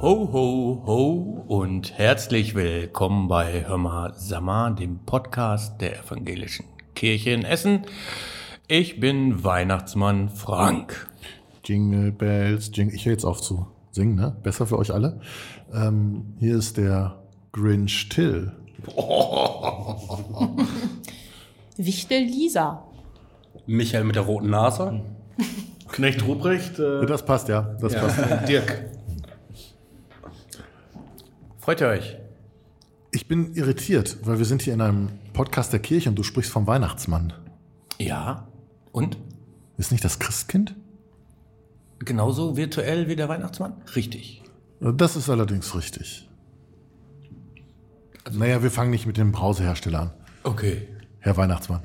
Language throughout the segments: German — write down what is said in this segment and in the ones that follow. Ho, ho, ho und herzlich willkommen bei Hör mal Samar, dem Podcast der Evangelischen Kirche in Essen. Ich bin Weihnachtsmann Frank. Jingle Bells, Jingle. Ich höre jetzt auf zu singen, ne? Besser für euch alle. Ähm, hier ist der Grinch Till. Wichtel Lisa. Michael mit der roten Nase. Knecht Ruprecht, äh, Das passt ja. Das passt. Dirk. Freut ihr euch? Ich bin irritiert, weil wir sind hier in einem Podcast der Kirche und du sprichst vom Weihnachtsmann. Ja. Und? Ist nicht das Christkind? Genauso virtuell wie der Weihnachtsmann? Richtig. Das ist allerdings richtig. naja, wir fangen nicht mit dem Brausehersteller an. Okay. Herr Weihnachtsmann.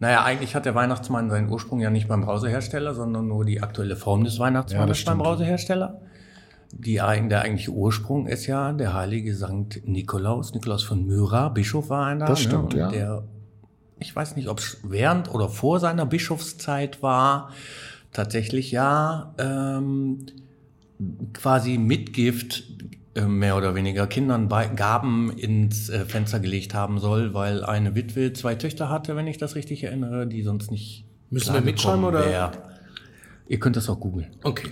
Naja, eigentlich hat der Weihnachtsmann seinen Ursprung ja nicht beim Brausehersteller, sondern nur die aktuelle Form des Ja, Weihnachtsmannes das beim stimmt. Brausehersteller. Die, eig- der eigentliche Ursprung ist ja der heilige Sankt Nikolaus, Nikolaus von Myra, Bischof war einer. ne? Das Und stimmt, ja. Der, ich weiß nicht, ob es während oder vor seiner Bischofszeit war, tatsächlich ja ähm, quasi Mitgift äh, mehr oder weniger Kindern bei, Gaben ins äh, Fenster gelegt haben soll, weil eine Witwe zwei Töchter hatte, wenn ich das richtig erinnere, die sonst nicht Müssen klar wir mitschreiben, gekommen oder? wär. Ihr könnt das auch googeln. Okay.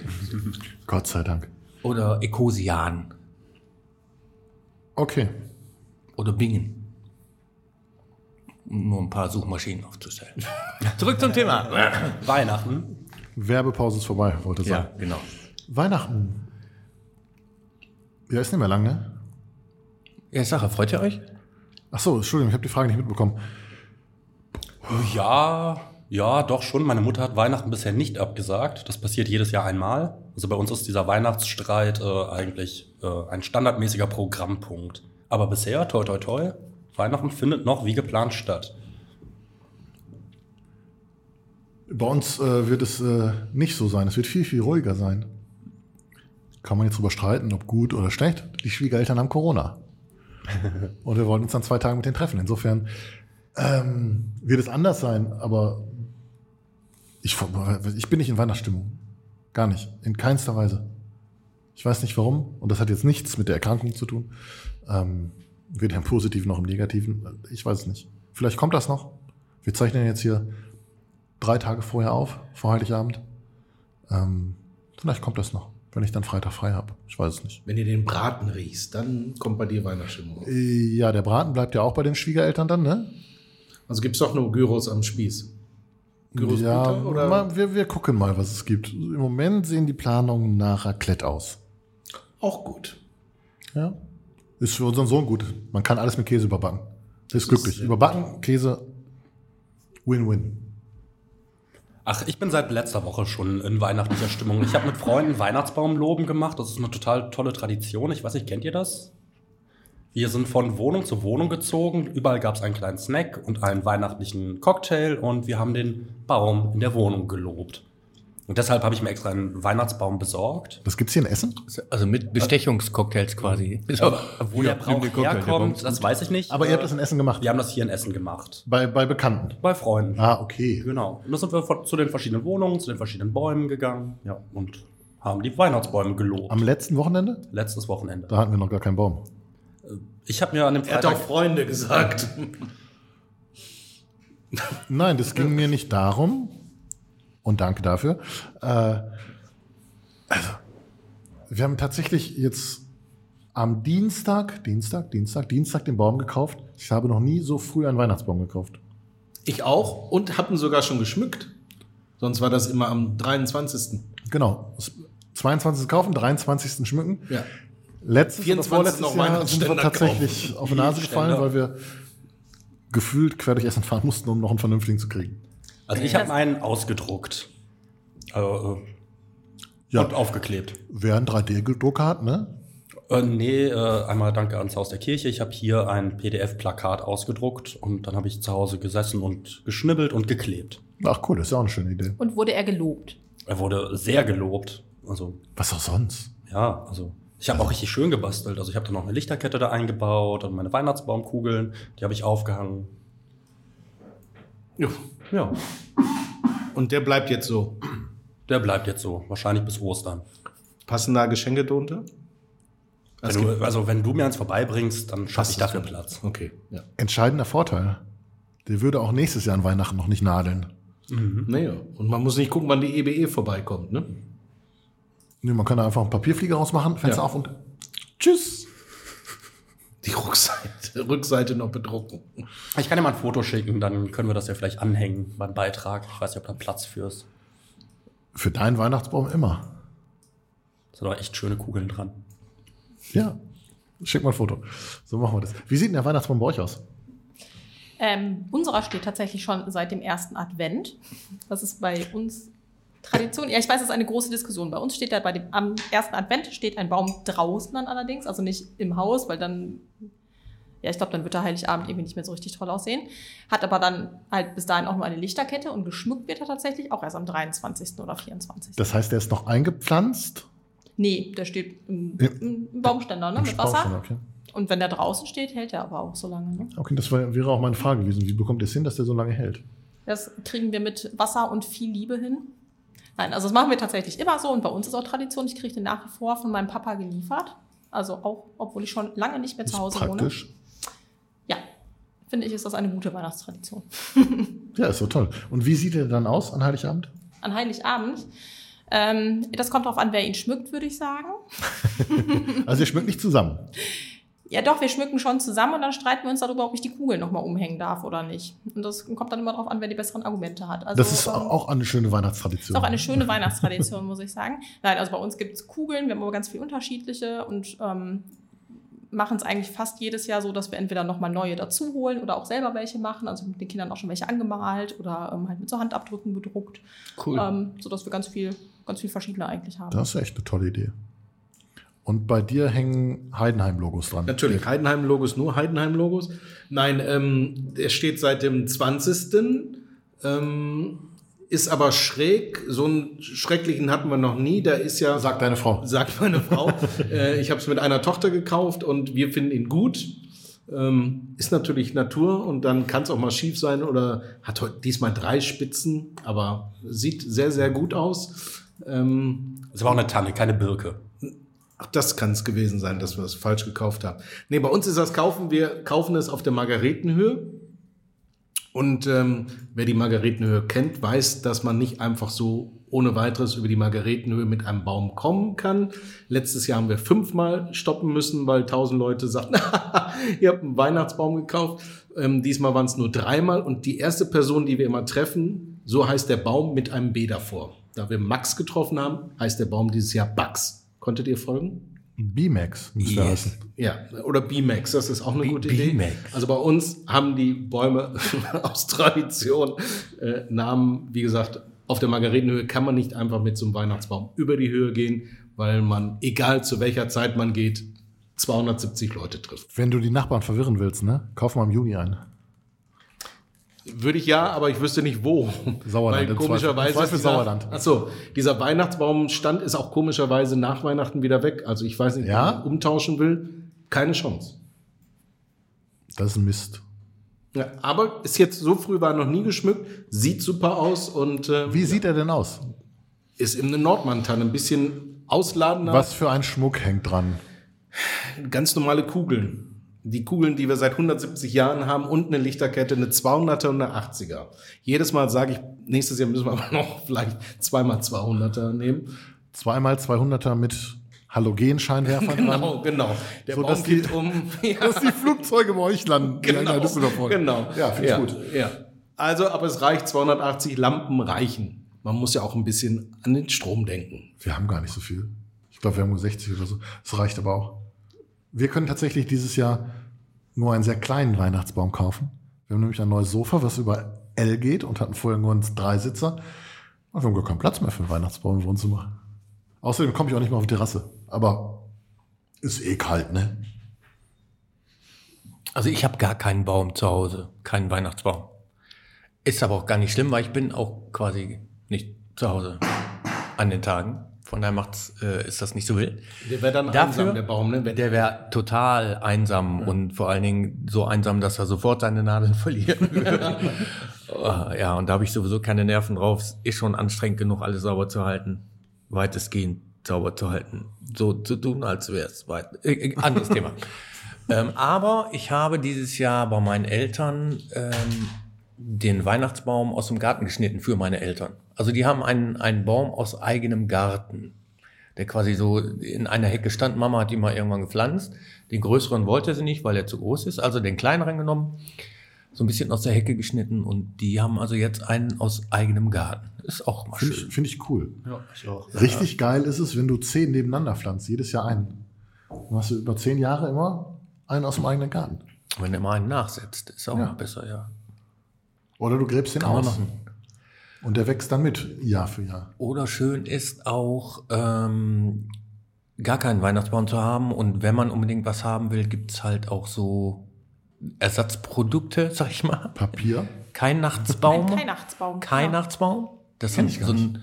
Gott sei Dank. Oder Ekosian Okay. oder Bingen. Um Nur ein paar Suchmaschinen aufzustellen. Zurück zum Thema. Weihnachten. Werbepause ist vorbei, wollte ich ja, sagen. genau. Weihnachten. Ja, ist nicht mehr lang, ne? Ja, ich sage, freut ihr euch? Ach so, Entschuldigung, ich habe die Frage nicht mitbekommen. Ja, ja, doch schon. Meine Mutter hat Weihnachten bisher nicht abgesagt. Das passiert jedes Jahr einmal. Also bei uns ist dieser Weihnachtsstreit äh, eigentlich äh, ein standardmäßiger Programmpunkt. Aber bisher, toi, toi, toi, Weihnachten findet noch wie geplant statt. Bei uns äh, wird es äh, nicht so sein. Es wird viel, viel ruhiger sein. Kann man jetzt drüber streiten, ob gut oder schlecht. Die Schwiegereltern haben Corona. Und wir wollten uns dann zwei Tage mit denen treffen. Insofern ähm, wird es anders sein, aber ich, ich bin nicht in Weihnachtsstimmung. Gar nicht. In keinster Weise. Ich weiß nicht warum. Und das hat jetzt nichts mit der Erkrankung zu tun. Ähm, weder im Positiven noch im Negativen. Ich weiß es nicht. Vielleicht kommt das noch. Wir zeichnen jetzt hier drei Tage vorher auf, vor Heiligabend. Ähm, vielleicht kommt das noch, wenn ich dann Freitag frei habe. Ich weiß es nicht. Wenn ihr den Braten riechst, dann kommt bei dir Weihnachtsstimmung. auf. Äh, Ja, der Braten bleibt ja auch bei den Schwiegereltern dann, ne? Also gibt's doch nur Gyros am Spieß. Gyros ja, Butter oder? Mal, wir, wir gucken mal, was es gibt. Im Moment sehen die Planungen nach Raclette aus. Auch gut. Ja. Ist für unseren Sohn gut. Man kann alles mit Käse überbacken. Der ist Das ist glücklich. sehr Überbacken, Käse, Win-Win. Ach, ich bin seit letzter Woche schon in weihnachtlicher Stimmung. Ich habe mit Freunden Weihnachtsbaumloben gemacht. Das ist eine total tolle Tradition. Ich weiß nicht, kennt ihr das? Wir sind von Wohnung zu Wohnung gezogen. Überall gab es einen kleinen Snack und einen weihnachtlichen Cocktail und wir haben den Baum in der Wohnung gelobt. Und deshalb habe ich mir extra einen Weihnachtsbaum besorgt. Das gibt's hier in Essen? Also mit Bestechungscocktails quasi. Wo der Brauch herkommt, das weiß ich nicht. Aber ihr habt das in Essen gemacht. Wir haben das hier in Essen gemacht. Bei, bei Bekannten. Bei Freunden. Ah, okay. Genau. Und dann sind wir von- zu den verschiedenen Wohnungen, zu den verschiedenen Bäumen gegangen. Ja. Und haben die Weihnachtsbäume gelobt. Am letzten Wochenende? Letztes Wochenende. Da hatten wir noch gar keinen Baum. Ich habe mir an dem Er hat auch Freitag. Freunde gesagt. Nein, das ging mir nicht darum. Und danke dafür. Äh, also, wir haben tatsächlich jetzt am Dienstag, Dienstag, Dienstag, Dienstag den Baum gekauft. Ich habe noch nie so früh einen Weihnachtsbaum gekauft. Ich auch und hatten sogar schon geschmückt. Sonst war das immer am 23. Genau. Das 22. kaufen, 23. schmücken. Ja. Letztes oder 24. vorletztes noch Jahr sind wir Weihnachtsständer tatsächlich auf die Nase gefallen, Ständer. weil wir gefühlt quer durch Essen fahren mussten, um noch einen vernünftigen zu kriegen. Also ich habe einen ausgedruckt. Äh, äh, Ja. Und aufgeklebt. Wer einen 3D-Drucker hat, ne? Äh, nee, äh, einmal danke ans Haus der Kirche. Ich habe hier ein PDF-Plakat ausgedruckt und dann habe ich zu Hause gesessen und geschnibbelt und geklebt. Ach cool, das ist ja auch eine schöne Idee. Und wurde er gelobt. Er wurde sehr gelobt. Also, Was auch sonst? ja, also. Ich habe auch richtig schön gebastelt. Also ich habe da noch eine Lichterkette da eingebaut und meine Weihnachtsbaumkugeln, die habe ich aufgehangen. Ja. Ja, Und der bleibt jetzt so. der bleibt jetzt so. Wahrscheinlich bis Ostern. Passen da Geschenke drunter? Wenn du, also wenn du mir eins vorbeibringst, dann schaffe ich das dafür Platz. Okay, ja. Entscheidender Vorteil. Der würde auch nächstes Jahr an Weihnachten noch nicht nadeln. Naja, und man muss nicht gucken, wann die EBE vorbeikommt, ne? Nee, man kann da einfach einen Papierflieger rausmachen, Fenster Ja. auf und tschüss. Die Rückseite, Rückseite noch bedrucken. Ich kann dir mal ein Foto schicken, dann können wir das ja vielleicht anhängen beim Beitrag. Ich weiß nicht, ob da Platz für ist. Für deinen Weihnachtsbaum immer. Da sind doch echt schöne Kugeln dran. Ja. Schick mal ein Foto. So machen wir das. Wie sieht denn der Weihnachtsbaum bei euch aus? Ähm, unserer steht tatsächlich schon seit dem ersten Advent. Das ist bei uns Tradition. Ja, ich weiß, es ist eine große Diskussion. Bei uns steht da bei dem am ersten Advent steht ein Baum draußen dann allerdings, also nicht im Haus, weil dann ja, ich glaube, dann wird der Heiligabend irgendwie nicht mehr so richtig toll aussehen. Hat aber dann halt bis dahin auch nur eine Lichterkette und geschmückt wird er tatsächlich auch erst am 23. oder 24. Das heißt, der ist noch eingepflanzt. nee, der steht im, Ja. im Baumständer, ne, Im mit Wasser. Spaß- Okay. Und wenn der draußen steht, hält er aber auch so lange, ne? okay, das wär- wäre auch meine Frage gewesen. Wie bekommt ihr es hin, dass der so lange hält? Das kriegen wir mit Wasser und viel Liebe hin. Nein, also das machen wir tatsächlich immer so und bei uns ist auch Tradition. Ich kriege den nach wie vor von meinem Papa geliefert. Also auch, obwohl ich schon lange nicht mehr zu Ist Hause praktisch. wohne. Ja, finde ich, ist das eine gute Weihnachtstradition. Ja, ist so toll. Und wie sieht er dann aus an Heiligabend? An Heiligabend. Ähm, das kommt darauf an, wer ihn schmückt, würde ich sagen. Also ihr schmückt nicht zusammen. Ja, doch, wir schmücken schon zusammen und dann streiten wir uns darüber, ob ich die Kugel nochmal umhängen darf oder nicht. Und das kommt dann immer darauf an, wer die besseren Argumente hat. Also, das ist ähm, au- auch eine schöne Ist Weihnachtstradition. auch eine schöne Weihnachtstradition, muss ich sagen. Nein, also bei uns gibt es Kugeln, wir haben aber ganz viele unterschiedliche und ähm, machen es eigentlich fast jedes Jahr so, dass wir entweder nochmal neue dazu holen oder auch selber welche machen. Also mit den Kindern auch schon welche angemalt oder ähm, halt mit so Handabdrücken bedruckt, Cool. ähm, sodass wir ganz viel, ganz viel verschiedene eigentlich haben. Das ist echt eine tolle Idee. Und bei dir hängen Heidenheim-Logos dran. Natürlich, Heidenheim-Logos, nur Heidenheim-Logos. Nein, ähm, er steht seit dem 20. Ähm, ist aber schräg. So einen schrecklichen hatten wir noch nie. Da ist ja. Sagt deine Frau. sagt meine Frau. äh, ich habe es mit einer Tochter gekauft und wir finden ihn gut. Ähm, ist natürlich Natur und dann kann es auch mal schief sein oder hat heute diesmal drei Spitzen, aber sieht sehr, sehr gut aus. Ähm, Ist aber auch eine Tanne, keine Birke. Ach, das kann es gewesen sein, dass wir es falsch gekauft haben. Nee, bei uns ist das Kaufen, wir kaufen es auf der Margaretenhöhe. Und ähm, wer die Margaretenhöhe kennt, weiß, dass man nicht einfach so ohne weiteres über die Margaretenhöhe mit einem Baum kommen kann. Letztes Jahr haben wir fünfmal stoppen müssen, weil tausend Leute sagten, ihr habt einen Weihnachtsbaum gekauft. Ähm, diesmal waren es nur dreimal. Und die erste Person, die wir immer treffen, so heißt der Baum mit einem B davor. Da wir Max getroffen haben, heißt der Baum dieses Jahr Bugs. Konntet ihr folgen? B-Max müsste er Yes. heißen. Ja, oder B-Max, das ist auch eine B- gute Idee. B-Max. Also bei uns haben die Bäume aus Tradition äh, Namen, wie gesagt, auf der Margaretenhöhe kann man nicht einfach mit so einem Weihnachtsbaum über die Höhe gehen, weil man, egal zu welcher Zeit man geht, 270 Leute trifft. Wenn du die Nachbarn verwirren willst, ne? Kauf mal im Juni ein. Würde ich ja, aber ich wüsste nicht wo. Sauerland, Weil im Zweifel. Im komischerweise. Zweifel ist dieser- Sauerland. Ach so, dieser Weihnachtsbaumstand ist auch komischerweise nach Weihnachten wieder weg. Also ich weiß nicht, Ja? wenn man umtauschen will, keine Chance. Das ist ein Mist. Ja, aber ist jetzt so früh war noch nie geschmückt, sieht super aus und äh, Wie sieht er denn aus? ist in eine Nordmantanne ein bisschen ausladender. Was für ein Schmuck hängt dran? Ganz normale Kugeln. Die Kugeln, die wir seit 170 Jahren haben und eine Lichterkette, eine 200er und eine 80er. Jedes Mal sage ich, nächstes Jahr müssen wir aber noch vielleicht zweimal 200er nehmen. Zweimal 200er mit Halogenscheinwerfern dran. Genau, genau. Der So, dass Baum die- geht um. Ja. Dass die Flugzeuge bei euch landen. die in Düsseldorf wollen. Genau. Ja, finde ich ja. gut. Ja. Also, aber es reicht, 280 Lampen reichen. Man muss ja auch ein bisschen an den Strom denken. Wir haben gar nicht so viel. Ich glaube, wir haben nur 60 oder so. Das reicht aber auch. Wir können tatsächlich dieses Jahr nur einen sehr kleinen Weihnachtsbaum kaufen. Wir haben nämlich ein neues Sofa, was über L geht und hatten vorher nur einen Dreisitzer. Und wir haben gar keinen Platz mehr für einen Weihnachtsbaum im Wohnzimmer. Außerdem komme ich auch nicht mehr auf die Terrasse. Aber ist eh kalt, ne? Also ich habe gar keinen Baum zu Hause, keinen Weihnachtsbaum. Ist aber auch gar nicht schlimm, weil ich bin auch quasi nicht zu Hause an den Tagen. Von daher macht's, äh, ist das nicht so wild. Der wäre dann Dafür- einsam, der Baum, ne? Wenn Der wäre total einsam und vor allen Dingen so einsam, dass er sofort seine Nadeln verlieren würde. Ah, ja, und da habe ich sowieso keine Nerven drauf. Es ist schon anstrengend genug, alles sauber zu halten. Weitestgehend sauber zu halten. So zu tun, als wäre es weit. Äh, äh, anderes Thema. Ähm, aber ich habe dieses Jahr bei meinen Eltern ähm, den Weihnachtsbaum aus dem Garten geschnitten für meine Eltern. Also die haben einen, einen Baum aus eigenem Garten, der quasi so in einer Hecke stand. Mama hat ihn mal irgendwann gepflanzt. Den größeren wollte sie nicht, weil er zu groß ist. Also den kleineren genommen, so ein bisschen aus der Hecke geschnitten. Und die haben also jetzt einen aus eigenem Garten. Ist auch mal Finde schön. ich, finde ich cool. Ja, ich auch. Richtig geil ist es, wenn du zehn nebeneinander pflanzt, jedes Jahr einen. Dann hast du über zehn Jahre immer einen aus dem eigenen Garten. Wenn er mal einen nachsetzt, ist auch Ja. noch besser, ja. Oder du gräbst den Kann man aus. machen. Und der wächst dann mit, Jahr für Jahr. Oder schön ist auch, ähm, gar keinen Weihnachtsbaum zu haben. Und wenn man unbedingt was haben will, gibt's halt auch so Ersatzprodukte, sag ich mal. Papier. Kein Nachtsbaum. Ein Weihnachtsbaum. Kein genau. Nachtsbaum. Das Kenn ist ich gar so ein,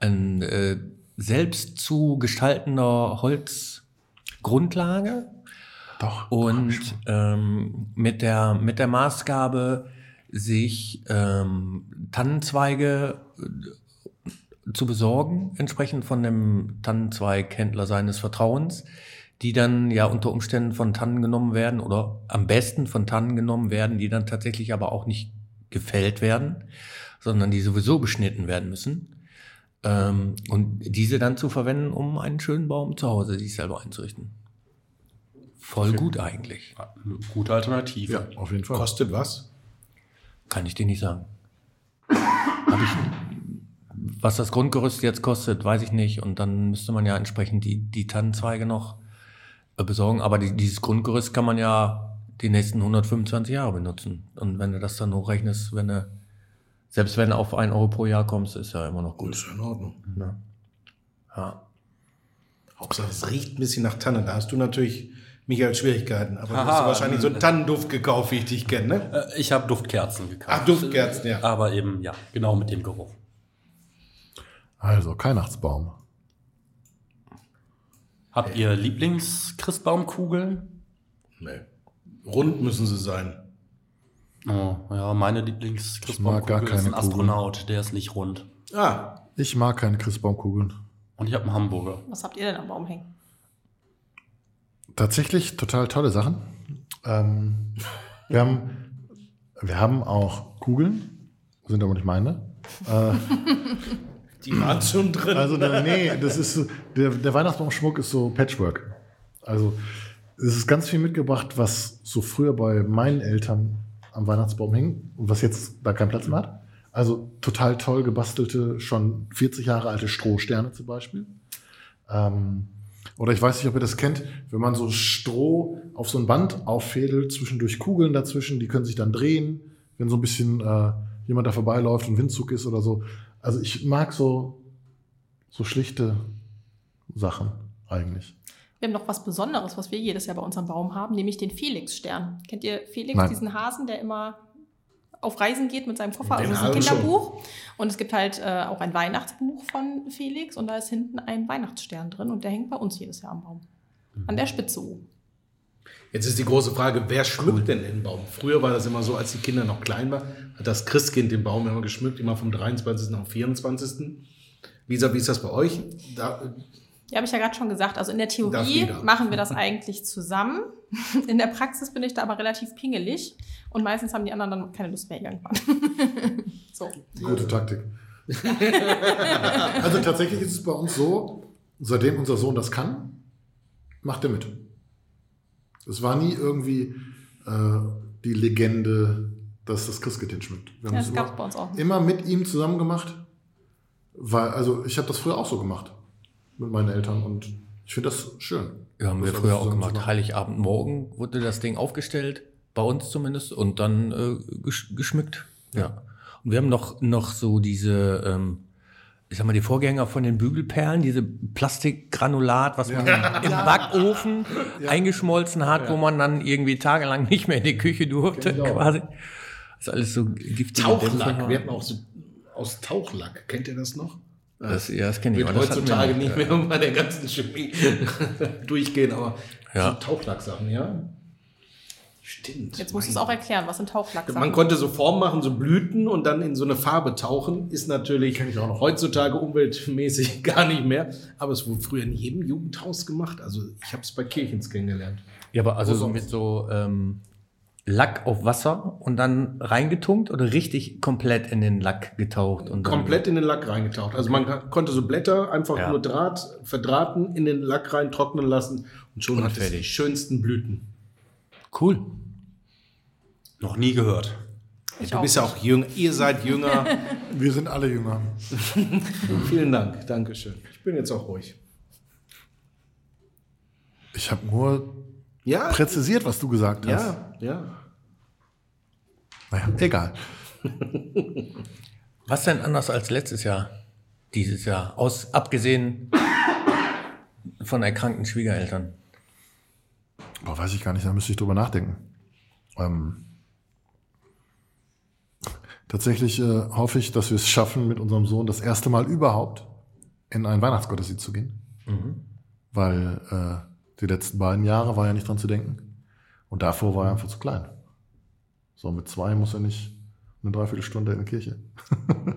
ein äh, selbst zu gestaltender Holzgrundlage. Doch. Und ähm, mit, der, mit der Maßgabe, sich ähm, Tannenzweige äh, zu besorgen, entsprechend von dem Tannenzweighändler seines Vertrauens, die dann ja unter Umständen von Tannen genommen werden oder am besten von Tannen genommen werden, die dann tatsächlich aber auch nicht gefällt werden, sondern die sowieso beschnitten werden müssen. Ähm, und diese dann zu verwenden, um einen schönen Baum zu Hause sich selber einzurichten. Voll gut eigentlich. Eine gute Alternative. Ja, auf jeden Fall. Kostet was? Kann ich dir nicht sagen. Hab ich, was das Grundgerüst jetzt kostet, weiß ich nicht. Und dann müsste man ja entsprechend die, die Tannenzweige noch äh, besorgen. Aber die, dieses Grundgerüst kann man ja die nächsten 125 Jahre benutzen. Und wenn du das dann hochrechnest, wenn du, selbst wenn du auf 1 Euro pro Jahr kommst, ist ja immer noch gut. Ist ja in Ordnung. Ne? Ja. Hauptsache, es riecht ein bisschen nach Tanne. Da hast du natürlich, Michael, Schwierigkeiten. Aber du Haha. hast wahrscheinlich so einen Tannenduft gekauft, wie ich dich kenne, ne? Äh, Ich habe Duftkerzen gekauft. Ach, Duftkerzen, ja. Aber eben, ja, genau mit dem Geruch. Also, Weihnachtsbaum. Habt ihr Lieblings-Christbaumkugeln? Nee. Rund müssen sie sein. Oh, ja, meine Ich mag gar keine Lieblings-Christbaumkugel ist ein Kugeln. Astronaut, der ist nicht rund. Ah, Ich mag keine Christbaumkugeln. Und ich habe einen Hamburger. Was habt ihr denn am Baum hängen? Tatsächlich total tolle Sachen. Ähm, wir, haben, wir haben auch Kugeln, sind aber nicht meine. die waren schon drin. Also der, nee, das ist so- der, der Weihnachtsbaumschmuck ist so Patchwork. Also es ist ganz viel mitgebracht, was so früher bei meinen Eltern am Weihnachtsbaum hing und was jetzt da keinen Platz mehr hat. Also total toll gebastelte, schon 40 Jahre alte Strohsterne zum Beispiel. Ähm, oder ich weiß nicht, ob ihr das kennt, wenn man so Stroh auf so ein Band auffädelt, zwischendurch Kugeln dazwischen, die können sich dann drehen, wenn so ein bisschen äh, jemand da vorbeiläuft und Windzug ist oder so. Also ich mag so, so schlichte Sachen eigentlich. Wir haben noch was Besonderes, was wir jedes Jahr bei uns am Baum haben, nämlich den Felix-Stern. Kennt ihr Felix, Nein. diesen Hasen, der immer auf Reisen geht mit seinem Koffer? Den Also es ist ein Hasen schon. Kinderbuch. Und es gibt halt äh, auch ein Weihnachtsbuch von Felix und da ist hinten ein Weihnachtsstern drin und der hängt bei uns jedes Jahr am Baum. An der Spitze oben. Jetzt ist die große Frage, wer schmückt denn den Baum? Früher war das immer so, als die Kinder noch klein waren, hat das Christkind den Baum immer geschmückt, immer vom 23. auf den 24. Lisa, wie ist das bei euch? Da, Ja, habe ich ja gerade schon gesagt. Also in der Darf Theorie jeder. machen wir das eigentlich zusammen. In der Praxis bin ich da aber relativ pingelig und meistens haben die anderen dann keine Lust mehr irgendwann. so. Gute Taktik. also tatsächlich ist es bei uns so, seitdem unser Sohn das kann, macht er mit. Es war nie irgendwie äh, die Legende, dass das Christkind den schmückt. Wir haben Ja, es das gab immer- es bei uns auch. nicht. immer mit ihm zusammen gemacht. Weil, also ich habe das früher auch so gemacht mit meinen Eltern und ich finde das schön. Ja, haben wir Das früher alles auch zusammen zu gemacht. machen. Heiligabendmorgen wurde das Ding aufgestellt, bei uns zumindest, und dann äh, gesch geschmückt. Ja. Und wir haben noch, noch so diese, ähm, ich sag mal, die Vorgänger von den Bügelperlen, diese Plastikgranulat, was man im Backofen eingeschmolzen hat, wo man dann irgendwie tagelang nicht mehr in die Küche durfte, Genau. quasi. Das ist alles so giftig. Tauchlack, wir hatten auch so aus Tauchlack, kennt ihr das noch? Das, ja, das kenne ich Wird aber das hatten wir heutzutage nicht mehr um bei der ganzen Chemie durchgehen, aber Ja. so Tauchlack-Sachen, ja? Stimmt. Jetzt musst du es Mein auch erklären, was sind Tauchflachs? Man konnte so Formen machen, so Blüten und dann in so eine Farbe tauchen. Ist natürlich ich auch noch. heutzutage umweltmäßig gar nicht mehr. Aber es wurde früher in jedem Jugendhaus gemacht. Also ich habe es bei Kirchens kennengelernt. Ja, aber also so mit so ähm, Lack auf Wasser und dann reingetunkt oder richtig komplett in den Lack getaucht und dann- Komplett in den Lack reingetaucht. Also man ka- konnte so Blätter einfach Ja. nur Draht verdrahten, in den Lack rein trocknen lassen und schon Und hat es die fertig. schönsten Blüten. cool. Noch nie gehört. Ich Du auch. bist ja auch jünger. Ihr seid jünger. Wir sind alle jünger. Vielen Dank. Dankeschön. Ich bin jetzt auch ruhig. Ich habe nur Ja. präzisiert, was du gesagt hast. Ja, ja. Naja, egal. Was denn anders als letztes Jahr? Dieses Jahr? Aus, abgesehen von erkrankten Schwiegereltern. Boah, weiß ich gar nicht, da müsste ich drüber nachdenken. Ähm, tatsächlich äh, hoffe ich, dass wir es schaffen, mit unserem Sohn das erste Mal überhaupt in einen Weihnachtsgottesdienst zu gehen. Mhm. Weil äh, die letzten beiden Jahre war ja nicht dran zu denken. Und davor war er einfach zu klein. So, mit zwei muss er nicht eine Dreiviertelstunde in der Kirche.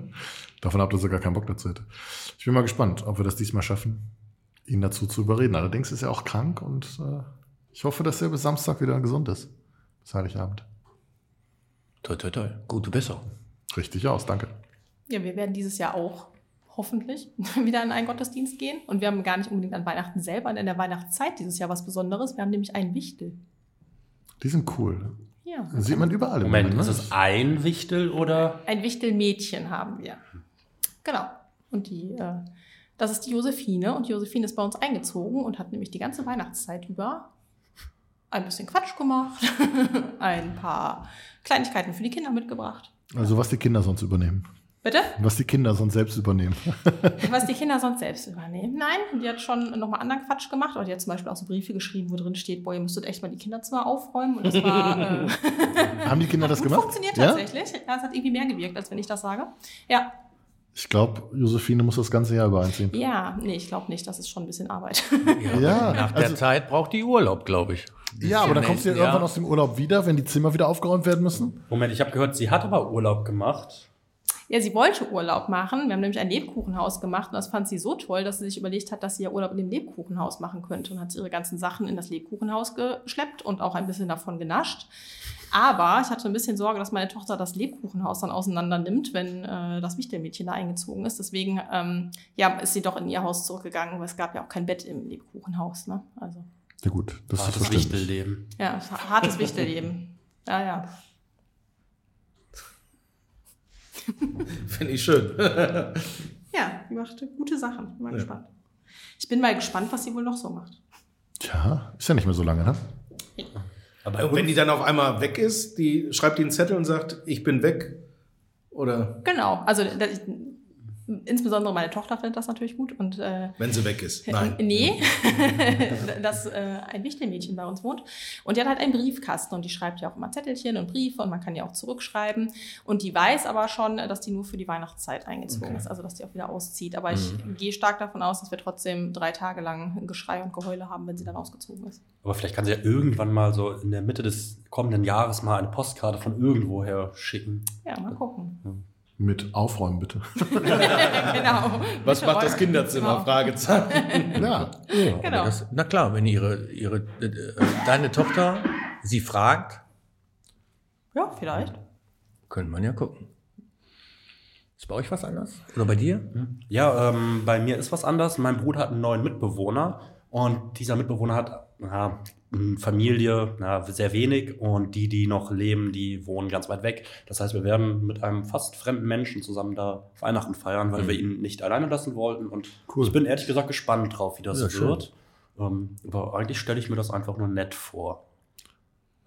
Davon habt ihr sogar keinen Bock dazu hätte. Ich bin mal gespannt, ob wir das diesmal schaffen, ihn dazu zu überreden. Allerdings ist er auch krank und äh, ich hoffe, dass er bis Samstag wieder gesund ist. Bis Heiligabend. Toi, toi, toi. Gute Besserung. Richtig aus, danke. Ja, wir werden dieses Jahr auch hoffentlich wieder in einen Gottesdienst gehen. Und wir haben gar nicht unbedingt an Weihnachten selber, und in der Weihnachtszeit dieses Jahr was Besonderes. Wir haben nämlich einen Wichtel. Die sind cool. Ja. Das sieht man überall. im Moment, Moment, ne? ist es ein Wichtel oder? Ein Wichtelmädchen haben wir. Genau. Und die, äh, das ist die Josephine. Und die Josephine ist bei uns eingezogen und hat nämlich die ganze Weihnachtszeit über ein bisschen Quatsch gemacht, ein paar Kleinigkeiten für die Kinder mitgebracht. Also was die Kinder sonst übernehmen. Bitte? Was die Kinder sonst selbst übernehmen. Was die Kinder sonst selbst übernehmen. Nein, die hat schon nochmal anderen Quatsch gemacht. Und die hat zum Beispiel auch so Briefe geschrieben, wo drin steht, boah, ihr müsstet echt mal die Kinderzimmer aufräumen. Und das war äh, Haben die Kinder das gut gemacht? funktioniert ja? tatsächlich. Ja, es hat irgendwie mehr gewirkt, als wenn ich das sage. Ja, Ich glaube, Josephine muss das ganze Jahr über einziehen. ja, nee, ich glaube nicht. Das ist schon ein bisschen Arbeit. Ja, Nach also- der Zeit braucht die Urlaub, glaube ich. Ja, aber dann kommst du ja Jahr. irgendwann aus dem Urlaub wieder, wenn die Zimmer wieder aufgeräumt werden müssen. Moment, ich habe gehört, sie hat aber Urlaub gemacht. Ja, sie wollte Urlaub machen. Wir haben nämlich ein Lebkuchenhaus gemacht und das fand sie so toll, dass sie sich überlegt hat, dass sie ja Urlaub in dem Lebkuchenhaus machen könnte und hat ihre ganzen Sachen in das Lebkuchenhaus geschleppt und auch ein bisschen davon genascht. Aber ich hatte ein bisschen Sorge, dass meine Tochter das Lebkuchenhaus dann auseinander nimmt, wenn äh, das Wichtelmädchen da eingezogen ist. Deswegen ähm, ja, ist sie doch in ihr Haus zurückgegangen, weil es gab ja auch kein Bett im Lebkuchenhaus. Ne? Also Ja gut, das Ah, ist verständlich. Wichtelleben. ja, es war hartes Wichtelleben. Ja, ja. Finde ich schön. Ja, die macht gute Sachen. Bin mal Ja. gespannt. Ich bin mal gespannt, was sie wohl noch so macht. Tja, ist ja nicht mehr so lange, ne? Aber Und wenn die dann auf einmal weg ist, die schreibt die einen Zettel und sagt, ich bin weg. Oder Genau, also da- ich, insbesondere meine Tochter findet das natürlich gut und äh, wenn sie weg ist. Nein. nee, dass äh, ein Wichtelmädchen bei uns wohnt und die hat halt einen Briefkasten und die schreibt ja auch immer Zettelchen und Briefe und man kann ja auch zurückschreiben und die weiß aber schon, dass die nur für die Weihnachtszeit eingezogen ist, also dass die auch wieder auszieht. Aber Mhm. ich gehe stark davon aus, dass wir trotzdem drei Tage lang Geschrei und Geheule haben, wenn sie dann ausgezogen ist. Aber vielleicht kann sie ja irgendwann mal so in der Mitte des kommenden Jahres mal eine Postkarte von irgendwoher schicken. Ja, mal gucken. Mit Aufräumen bitte. genau. Was macht das Kinderzimmer? Genau. ja. Fragezeichen. Ja, aber Genau. Das, na klar, wenn ihre, ihre äh, äh, deine Tochter sie fragt, Ja, vielleicht. können wir ja gucken. Ist bei euch was anders? Oder bei dir? Ja, ähm, bei mir ist was anders. Mein Bruder hat einen neuen Mitbewohner und dieser Mitbewohner hat na, m, Familie na, sehr wenig und die, die noch leben, die wohnen ganz weit weg. Das heißt, wir werden mit einem fast fremden Menschen zusammen da Weihnachten feiern, weil Mhm. wir ihn nicht alleine lassen wollten. Und Cool. ich bin ehrlich gesagt gespannt drauf, wie das Ja, schön. wird. Ähm, aber eigentlich stelle ich mir das einfach nur nett vor.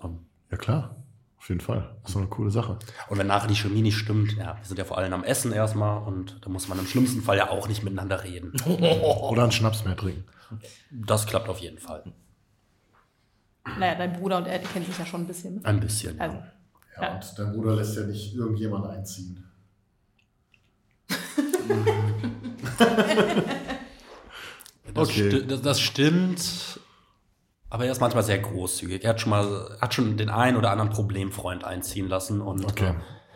Ähm, Ja klar, auf jeden Fall. Das ist doch eine coole Sache. Und wenn nachher die Chemie nicht stimmt, ja, wir sind ja vor allem am Essen erstmal und da muss man im schlimmsten Fall ja auch nicht miteinander reden. Oder einen Schnaps mehr trinken. Das klappt auf jeden Fall. Naja, dein Bruder und er, die kennen sich ja schon ein bisschen. Ein bisschen. Also, Ja. Ja, Ja. und dein Bruder lässt ja nicht irgendjemand einziehen. Das, Okay. sti das, das stimmt. Aber er ist manchmal sehr großzügig. Er hat schon mal hat schon den einen oder anderen Problemfreund einziehen lassen. Und Okay.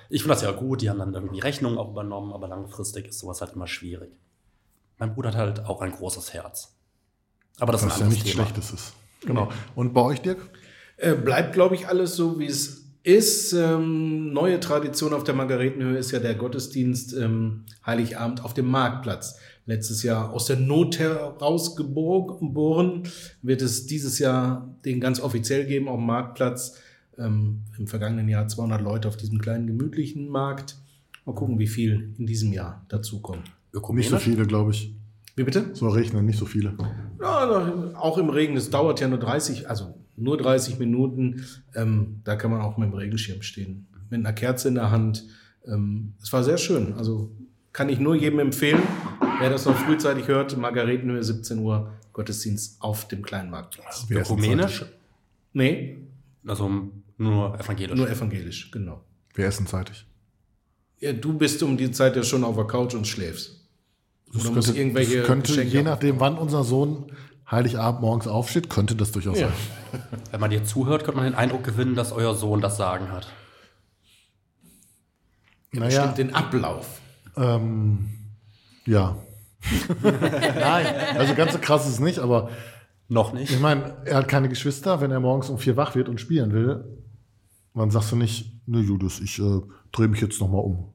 ich finde das ja gut. Die haben dann irgendwie Rechnungen auch übernommen, aber langfristig ist sowas halt immer schwierig. Mein Bruder hat halt auch ein großes Herz. Aber das Was ist ein ja anderes nichts Thema. Schlechtes ist. Genau. Und bei euch, Dirk? Äh, bleibt, glaube ich, alles so, wie es ist. Ähm, neue Tradition auf der Margaretenhöhe ist ja der Gottesdienst ähm, Heiligabend auf dem Marktplatz. Letztes Jahr aus der Not heraus gebor- geboren, wird es dieses Jahr den ganz offiziell geben auf dem Marktplatz. Ähm, Im vergangenen Jahr 200 Leute auf diesem kleinen gemütlichen Markt. Mal gucken, wie viel in diesem Jahr dazukommen. Nicht so viele, glaube ich. Wie bitte? Soll regnen, nicht so viele. Ja, na, auch im Regen, es dauert ja nur 30, also nur 30 Minuten. Ähm, da kann man auch mit dem Regenschirm stehen. Mit einer Kerze in der Hand. Ähm, es war sehr schön. Also kann ich nur jedem empfehlen, wer das noch frühzeitig hört, Margaretenhöhe 17 Uhr, Gottesdienst auf dem kleinen Marktplatz. Wir essen Ökumenisch, Nee, also nur e- evangelisch. nur evangelisch, genau. zeitig. Wir essen zeitig. Ja, du bist um die Zeit ja schon auf der Couch und schläfst. Das Oder muss irgendwelche das könnte Geschenke je nachdem, wann unser Sohn Heiligabend morgens aufsteht, könnte das durchaus Ja. sein. Wenn man dir zuhört, könnte man den Eindruck gewinnen, dass euer Sohn das Sagen hat. Naja, Stimmt den Ablauf. ähm, ja. Nein, also ganz so krass ist es nicht, aber Noch nicht. ich meine, er hat keine Geschwister. Wenn er morgens um vier wach wird und spielen will, dann sagst du nicht, ne Judas, ich äh, drehe mich jetzt nochmal um.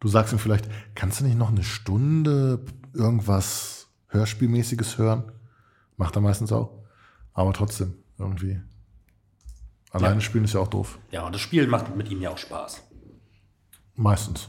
Du sagst ihm vielleicht, kannst du nicht noch eine Stunde irgendwas Hörspielmäßiges hören? Macht er meistens auch. Aber trotzdem, irgendwie. Alleine spielen ist ja auch doof. Ja, und das Spiel macht mit ihm ja auch Spaß. Meistens.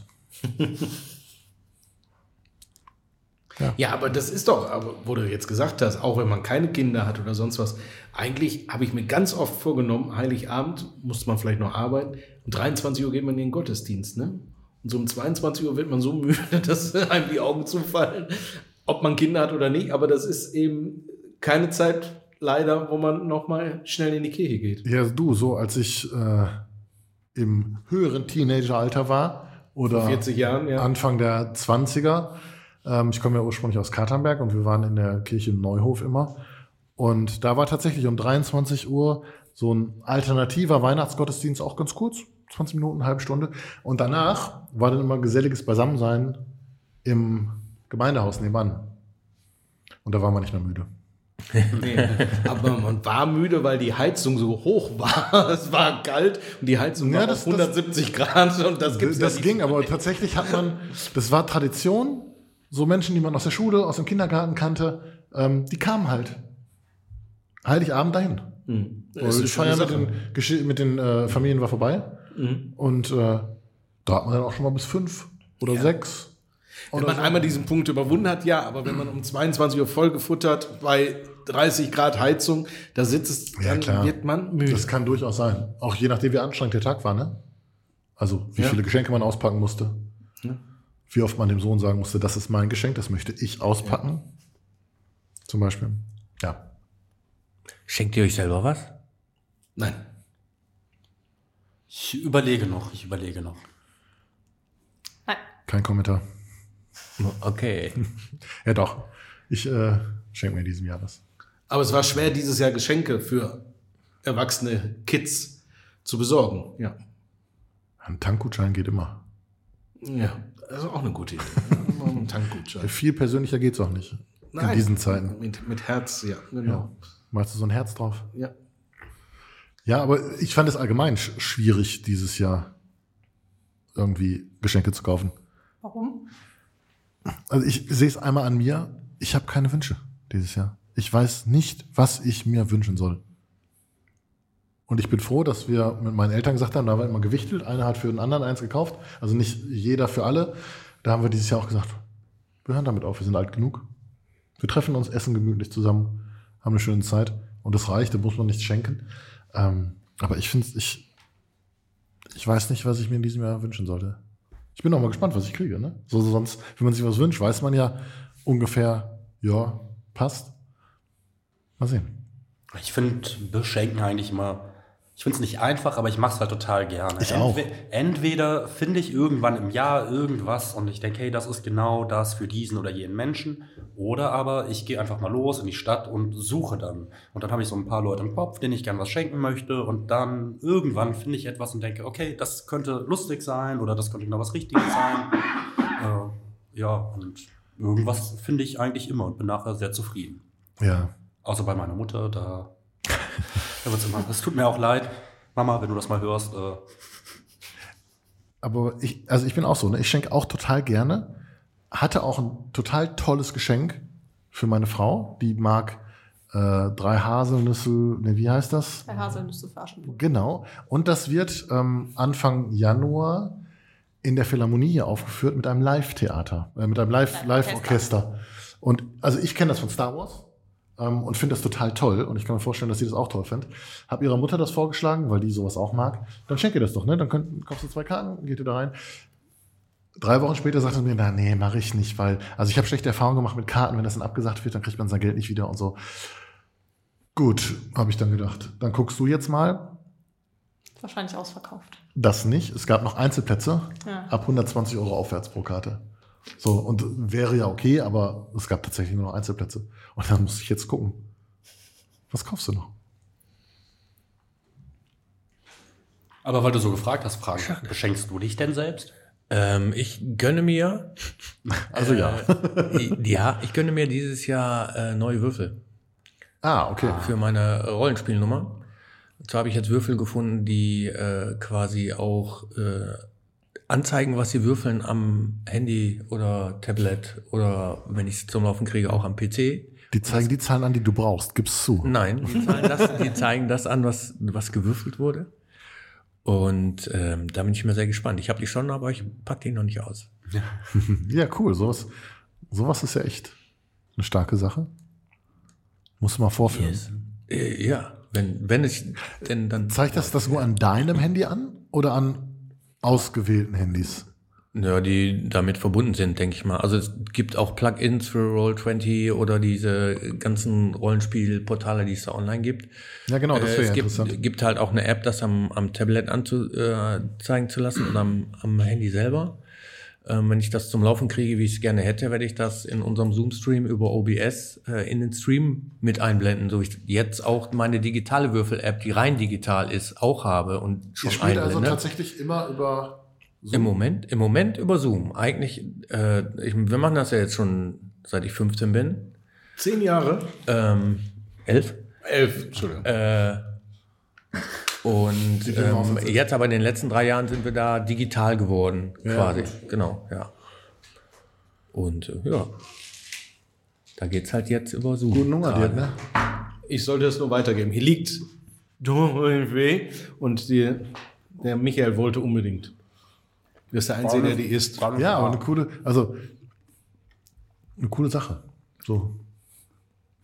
Ja, aber das ist doch, aber wo du jetzt gesagt hast, auch wenn man keine Kinder hat oder sonst was, eigentlich habe ich mir ganz oft vorgenommen, Heiligabend musste man vielleicht noch arbeiten, um 23 Uhr geht man in den Gottesdienst, ne? Und so um 22 Uhr wird man so müde, dass einem die Augen zufallen, ob man Kinder hat oder nicht, aber das ist eben keine Zeit leider, wo man nochmal schnell in die Kirche geht. Ja, du, so als ich äh, im höheren Teenageralter war oder Vor 40 Jahren, ja. Anfang der 20er. Ähm, ich komme ja ursprünglich aus Katernberg und wir waren in der Kirche im Neuhof immer. Und da war tatsächlich um 23 Uhr so ein alternativer Weihnachtsgottesdienst, auch ganz kurz, 20 Minuten, eine halbe Stunde. Und danach war dann immer geselliges Beisammensein im Gemeindehaus nebenan. Und da war man nicht mehr müde. Nee, aber man war müde, weil die Heizung so hoch war. Es war kalt und die Heizung Ja, war das- auf das- 170 Grad und das gibt's das ja nicht. ging, aber tatsächlich hat man, das war Tradition, so Menschen, die man aus der Schule, aus dem Kindergarten kannte, ähm, die kamen halt. Heiligabend dahin. Hm. Das ist Die eine schöne Feier mit Sache. den, Gesch- Äh, mit den äh, Familien war vorbei Mhm. und äh, da hat man dann auch schon mal bis fünf oder sechs. Wenn man einmal diesen Punkt überwunden hat, ja, aber wenn man um 22 Uhr vollgefuttert bei 30 Grad Heizung, da sitzt es, Ja, dann klar. wird man müde. Das kann durchaus sein. Auch je nachdem, wie anstrengend der Tag war, ne? Also, wie Ja. viele Geschenke man auspacken musste. Ja. Wie oft man dem Sohn sagen musste, das ist mein Geschenk, das möchte ich auspacken. Zum Beispiel. Ja. Schenkt ihr euch selber was? Nein. Ich überlege noch, ich überlege noch. Nein. Kein Kommentar. Okay. Ja, doch. Ich äh, schenke mir in diesem Jahr was. Aber es war schwer, dieses Jahr Geschenke für erwachsene Kids zu besorgen. Ja. Ein Tankgutschein geht immer. Ja. Das ist auch eine gute Idee. Mal einen Tankgutschein. Viel persönlicher geht's auch nicht. Nein. In diesen Zeiten. Mit, mit Herz, ja, genau. Malst du so ein Herz drauf? Ja. Ja, aber ich fand es allgemein sch schwierig, dieses Jahr irgendwie Geschenke zu kaufen. Warum? Also ich sehe es einmal an mir. Ich habe keine Wünsche dieses Jahr. Ich weiß nicht, was ich mir wünschen soll. Und ich bin froh, dass wir mit meinen Eltern gesagt haben, da haben wir immer gewichtelt. Einer hat für den anderen eins gekauft. Also nicht jeder für alle. Da haben wir dieses Jahr auch gesagt, wir hören damit auf, wir sind alt genug. Wir treffen uns, essen gemütlich zusammen, haben eine schöne Zeit. Und das reicht, da muss man nichts schenken. Ähm, aber ich finde ich, ich weiß nicht, was ich mir in diesem Jahr wünschen sollte. Ich bin auch mal gespannt, was ich kriege. Ne? So, so sonst, wenn man sich was wünscht, weiß man ja ungefähr, ja, passt. Mal sehen. Ich finde Beschenken eigentlich immer Ich finde es nicht einfach, aber ich mache es halt total gerne. Ich auch. Entweder finde ich irgendwann im Jahr irgendwas und ich denke, hey, das ist genau das für diesen oder jenen Menschen. Oder aber ich gehe einfach mal los in die Stadt und suche dann. Und dann habe ich so ein paar Leute im Kopf, denen ich gern was schenken möchte. Und dann irgendwann finde ich etwas und denke, okay, das könnte lustig sein oder das könnte genau was Richtiges sein. Äh, ja, und irgendwas finde ich eigentlich immer und bin nachher sehr zufrieden. Ja. Außer bei meiner Mutter, da, da wird's immer. Es tut mir auch leid, Mama, wenn du das mal hörst. Äh, Aber ich, also ich bin auch so, ne? ich schenke auch total gerne. Hatte auch ein total tolles Geschenk für meine Frau. Die mag äh, drei Haselnüsse, ne, wie heißt das? Herr Haselnüsse für Aschenbrot. Genau. Und das wird ähm, Anfang Januar in der Philharmonie hier aufgeführt mit einem Live-Theater, äh, mit einem Live- Live-Orchester. Live-Orchester. und also ich kenne das von Star Wars ähm, und finde das total toll. Und ich kann mir vorstellen, dass sie das auch toll findet. Hab ihrer Mutter das vorgeschlagen, weil die sowas auch mag. Dann schenk ihr das doch, ne? Dann könnt, kaufst du zwei Karten, geht ihr da rein. Drei Wochen später sagt er mir, na nee, mache ich nicht, weil, also ich habe schlechte Erfahrungen gemacht mit Karten, wenn das dann abgesagt wird, dann kriegt man sein Geld nicht wieder und so. Gut, habe ich dann gedacht. Dann guckst du jetzt mal, Wahrscheinlich ausverkauft. das nicht. Es gab noch Einzelplätze Ja. ab 120 Euro aufwärts pro Karte. So, und wäre ja okay, aber es gab tatsächlich nur noch Einzelplätze. Und dann muss ich jetzt gucken. Was kaufst du noch? aber weil du so gefragt hast, Frank, beschenkst du dich denn selbst? Ähm, ich gönne mir, äh, Also ja. i- ja, ich gönne mir dieses Jahr äh, neue Würfel. Ah, okay. für meine Rollenspielnummer. Dazu habe ich jetzt Würfel gefunden, die äh, quasi auch äh, anzeigen, was sie würfeln am Handy oder Tablet oder wenn ich es zum Laufen kriege, auch am PC. Die zeigen die Zahlen an, die du brauchst. Gib's zu. Nein, die zeigen das, die zeigen das an, was, was gewürfelt wurde. Und ähm, da bin ich mir sehr gespannt. Ich habe die schon, aber ich pack die noch nicht aus. Ja, cool. Sowas, sowas ist ja echt eine starke Sache. Musst du mal vorführen. Äh, ja, wenn, wenn ich denn dann. Zeigt das das nur an deinem Handy an oder an ausgewählten Handys? Ja, die damit verbunden sind, denke ich mal. Also es gibt auch Plugins für Roll20 oder diese ganzen Rollenspielportale, die es da online gibt. Ja, genau, das Äh, wäre ja es interessant. gibt, gibt halt auch eine App, das am, am Tablet anzuzeigen äh, zeigen zu lassen und am, am Handy selber. Ähm, wenn ich das zum Laufen kriege, wie ich es gerne hätte, werde ich das in unserem Zoom-Stream über OBS äh, in den Stream mit einblenden, so ich jetzt auch meine digitale Würfel-App, die rein digital ist, auch habe und schon Ihr spielt also einblende. tatsächlich immer über Zoom? Im Moment, im Moment über Zoom. Eigentlich, äh, ich, wir machen das ja jetzt schon seit ich 15 bin. Zehn Jahre. Ähm, elf. Elf, Entschuldigung. Äh, und Die Dinge ähm, aussetzen. jetzt aber in den letzten drei Jahren sind wir da digital geworden, Ja, quasi. gut. Genau, ja. Und äh, ja. Da geht's halt jetzt über Zoom. Gute Nummer, die gerade. hat, ne? Ich sollte es nur weitergeben. Hier liegt weh und die, der Michael wollte unbedingt. Das ist der Einzige, der die isst. Ja, aber eine coole, also eine coole Sache. So.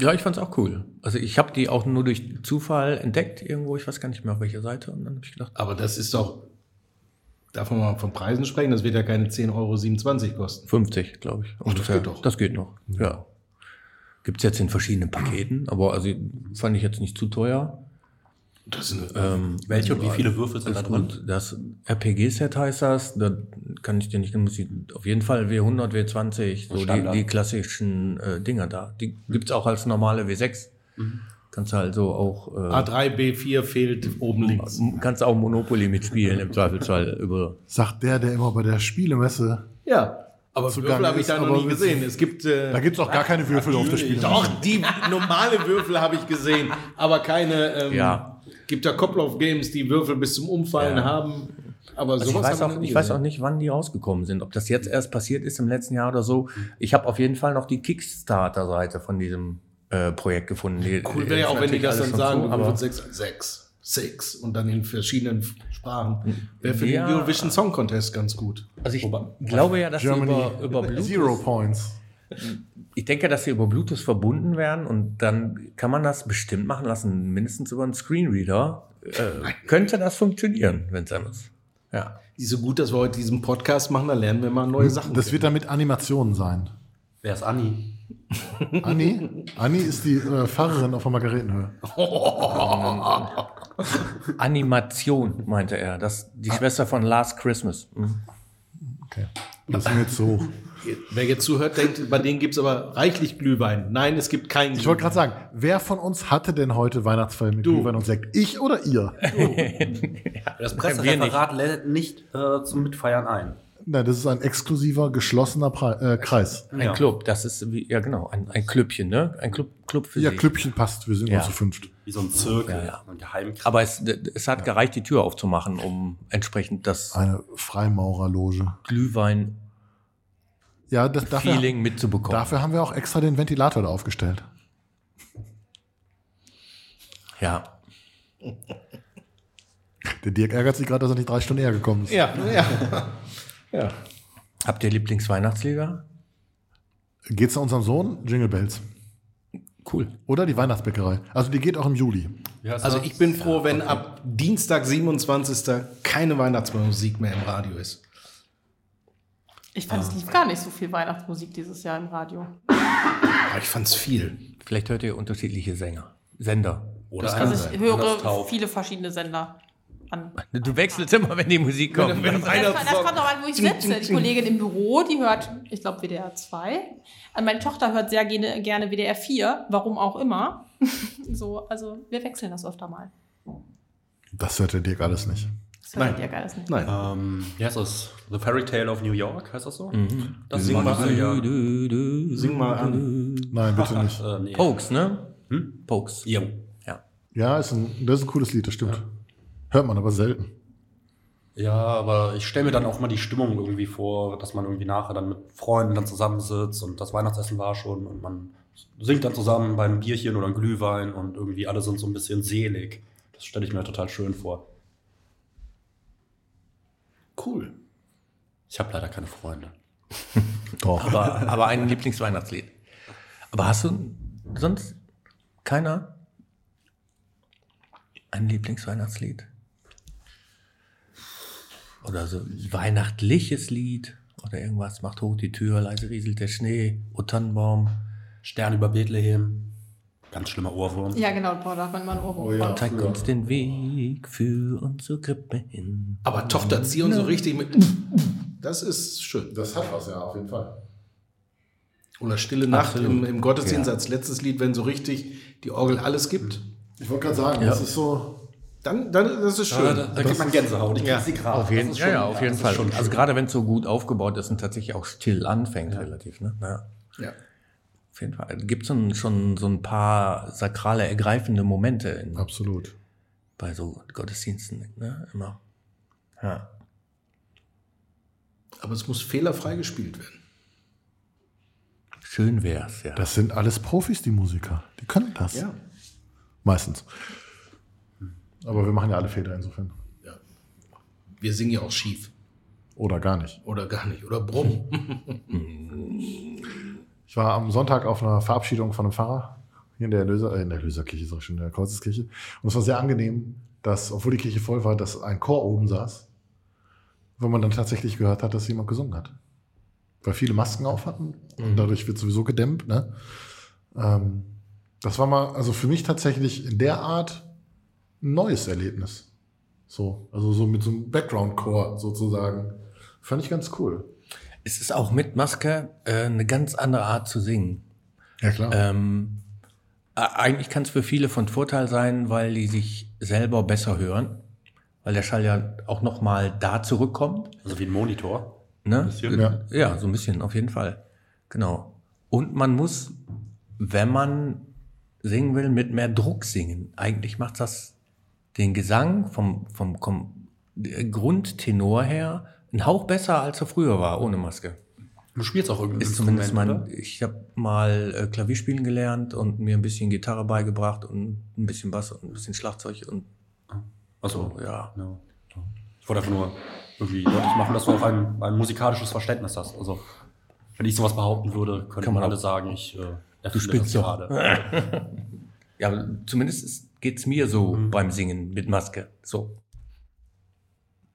Ja, ich fand's auch cool. Also ich habe die auch nur durch Zufall entdeckt irgendwo. Ich weiß gar nicht mehr auf welcher Seite. Und dann habe ich gedacht, Aber das ist doch, darf man mal von Preisen sprechen, das wird ja keine 10,27 Euro kosten. 50, glaube ich. ungefähr. geht doch. Das geht noch, Mhm. ja. Gibt es jetzt in verschiedenen Paketen, aber also fand ich jetzt nicht zu teuer. Das ist äh, eine, Ähm, Welche und wie viele Würfel sind da das, drin? gut. das RPG-Set heißt das, da kann ich dir nicht, muss ich, auf jeden Fall W100, W20, so die, Standard. die klassischen äh, Dinger da. Die gibt es auch als normale W6. Mhm. Kannst halt so auch, äh, A3, B4 fehlt oben links. kannst auch Monopoly mitspielen im Zweifelsfall über Sagt der, der immer bei der Spielemesse. Ja, aber Zu Würfel Gange habe ich ist, da noch aber nie mit- gesehen. Es gibt. äh, Da gibt es auch gar keine Würfel auf der Spielemesse. Doch, die normale Würfel habe ich gesehen, aber keine. Ähm, Ja. Gibt da Couple of Games, die Würfel bis zum Umfallen Ja. haben. Aber Also ich sowas weiß, habe auch, noch nie ich weiß auch gesehen. nicht, wann die rausgekommen sind. Ob das jetzt erst passiert ist im letzten Jahr oder Mhm. so. Ich habe auf jeden Fall noch die Kickstarter-Seite von diesem äh, Projekt gefunden. Die, Cool wäre ja auch, wenn die natürlich das dann alles schon sagen, zu, Würfel aber sechs, sechs, sechs und dann in verschiedenen Sprachen. Wäre für Ja. den Eurovision Song Contest ganz gut. also ich glaube ja, dass sie Germany, über, über Zero Bluetooth, Points. ich denke, dass sie über Bluetooth verbunden werden und dann kann man das bestimmt machen lassen, mindestens über einen Screenreader. Äh, könnte das funktionieren, wenn es dann ist. Ja. Ist so gut, dass wir heute Hm, diesen Podcast machen, da lernen wir mal neue Sachen. Das wird dann mit Animationen sein. Wer ist Anni? Anni, Anni ist die äh, Pfarrerin auf der Margaretenhöhe. Animation, meinte er. Das, die Schwester von Last Christmas. Mhm. Okay. Das ist mir jetzt zu hoch. Wer jetzt zuhört, denkt, bei denen gibt es aber reichlich Glühwein. Nein, es gibt keinen Ich wollte gerade sagen, wer von uns hatte denn heute Weihnachtsfeier mit Du. Glühwein und Sekt? Ich oder ihr? Das wir nicht. Pressereferat lädt nicht äh, zum Mitfeiern ein. Nein, das ist ein exklusiver, geschlossener Pre äh, Kreis. Ein Ja. Club, das ist, wie, ja genau, ein, ein Klüppchen, ne? Ein Club, Club für Ja, sich. Klüppchen passt, wir sind Ja. nur zu fünft. Wie so ein Zirkel. Ja, ja. Ein Geheimkreis. Aber es, es hat gereicht, die Tür aufzumachen, um entsprechend das Eine Freimaurerloge. Glühwein-Feeling Ja, das, dafür, mitzubekommen. dafür haben wir auch extra den Ventilator da aufgestellt. Ja. Der Dirk ärgert sich gerade, dass er nicht drei Stunden eher gekommen ist. Ja, ja. ja. Habt ihr Lieblingsweihnachtslieder? Geht's nach unserem Sohn? Jingle Bells. Cool. Oder die Weihnachtsbäckerei. Also die geht auch im Juli. Wie heißt Also das? ich bin froh, wenn ab Dienstag, 27. keine Weihnachtsmusik mehr im Radio ist. Ich fand, es lief gar nicht so viel Weihnachtsmusik dieses Jahr im Radio. Aber ich fand's viel. Vielleicht hört ihr unterschiedliche Sänger. Sender. Oder kann ein Also ich höre Anderstaub. viele verschiedene Sender an. Du wechselst immer, wenn die Musik kommt. Das, das kommt auch an, wo ich sitze. Die Kollegin im Büro, die hört, ich glaube, WDR 2. Äh, Meine Tochter hört sehr gerne, gerne WDR 4, warum auch immer. so, also wir wechseln das öfter mal. Das hört der Dirk alles nicht. Das hört Nein. ihr gar nicht. Nein. Ähm, wie heißt das? The Fairy Tale of New York, heißt das so? Mhm. Das Sing war mal diese, ja. Sing mal an. Nein, bitte nicht. Äh, nee. Pokes, ne? Hm? Pokes. Jo. Ja. Ja, ist ein, das ist ein cooles Lied, das stimmt. Hört man aber selten. Ja, aber ich stelle mir dann auch mal die Stimmung irgendwie vor, dass man irgendwie nachher dann mit Freunden dann zusammensitzt und das Weihnachtsessen war schon und man singt dann zusammen bei einem Bierchen oder einem Glühwein und irgendwie alle sind so ein bisschen selig. Das stelle ich mir total schön vor. Cool. Ich habe leider keine Freunde. Doch. Aber, aber ein Lieblingsweihnachtslied. Aber hast du sonst keiner ein Lieblingsweihnachtslied? Oder so ein weihnachtliches Lied oder irgendwas? Macht hoch die Tür, leise rieselt der Schnee, O Tannenbaum, Stern über Bethlehem. Ganz schlimmer Ohrwurm. Ja, genau, boah, da hat man immer einen Ohrwurm. Oh ja. zeig früher. uns den Weg, führ uns zur Krippe hin. Aber Tochter, zieh uns so richtig mit. Das ist schön. Das hat was, ja, auf jeden Fall. Oder Stille Nacht Absolut. im, im Gottesdienst als letztes Lied, wenn so richtig die Orgel alles gibt. Ich wollte gerade sagen, das ist so. Dann, dann das ist schön. Da, da kriegt man Gänsehaut. Ich Ja. krieg sie gerade. Auf jeden, Das ist ja, schon- ja, auf jeden das ist Fall. schon Also schön. gerade wenn es so gut aufgebaut ist und tatsächlich auch still anfängt, relativ, ne? Naja. ja. Auf jeden Fall. Gibt es schon, schon so ein paar sakrale, ergreifende Momente in, Absolut. bei so Gottesdiensten, ne? Immer. Ja. Aber es muss fehlerfrei gespielt werden. Schön wär's, ja. Das sind alles Profis, die Musiker. Die können das. Ja. Meistens. Aber wir machen ja alle Fehler insofern. ja. Wir singen ja auch schief. Oder gar nicht. Oder gar nicht. Oder brumm. Ich war am Sonntag auf einer Verabschiedung von einem Pfarrer hier in der Erlöser, äh, in der Erlöserkirche, sag ich schon, in der Kreuzeskirche. Und es war sehr angenehm, dass, obwohl die Kirche voll war, dass ein Chor oben saß, wo man dann tatsächlich gehört hat, dass jemand gesungen hat. Weil viele Masken auf hatten und dadurch wird sowieso gedämpft. Ne? Ähm, das war mal, also für mich tatsächlich in der Art ein neues Erlebnis. So, also so mit so einem Background-Chor sozusagen. Fand ich ganz cool. Es ist auch mit Maske äh, eine ganz andere Art zu singen. Ja, klar. Ähm, äh, eigentlich kann es für viele von Vorteil sein, weil die sich selber besser hören, weil der Schall ja auch nochmal da zurückkommt. Also wie ein Monitor. Ne? bisschen. Ja. Ja, so ein bisschen, auf jeden Fall. Genau. Und man muss, wenn man singen will, mit mehr Druck singen. Eigentlich macht das den Gesang vom, vom, vom äh, Grundtenor her einen Hauch besser, als er früher war, ohne Maske. Du spielst auch irgendein Ist zumindest mein, Instrument, ich habe mal äh, Klavierspielen gelernt und mir ein bisschen Gitarre beigebracht und ein bisschen Bass und ein bisschen Schlagzeug und oder? Achso, so, ja. Ja. Genau. Ich wollte einfach nur irgendwie deutlich machen, dass du auch ein, ein musikalisches Verständnis hast. Also, wenn ich sowas behaupten würde, könnten Kann man alle auch. sagen, ich äh, erfinde spielst das doch. gerade. Ja, aber zumindest ist, geht's mir so beim Singen mit Maske. So.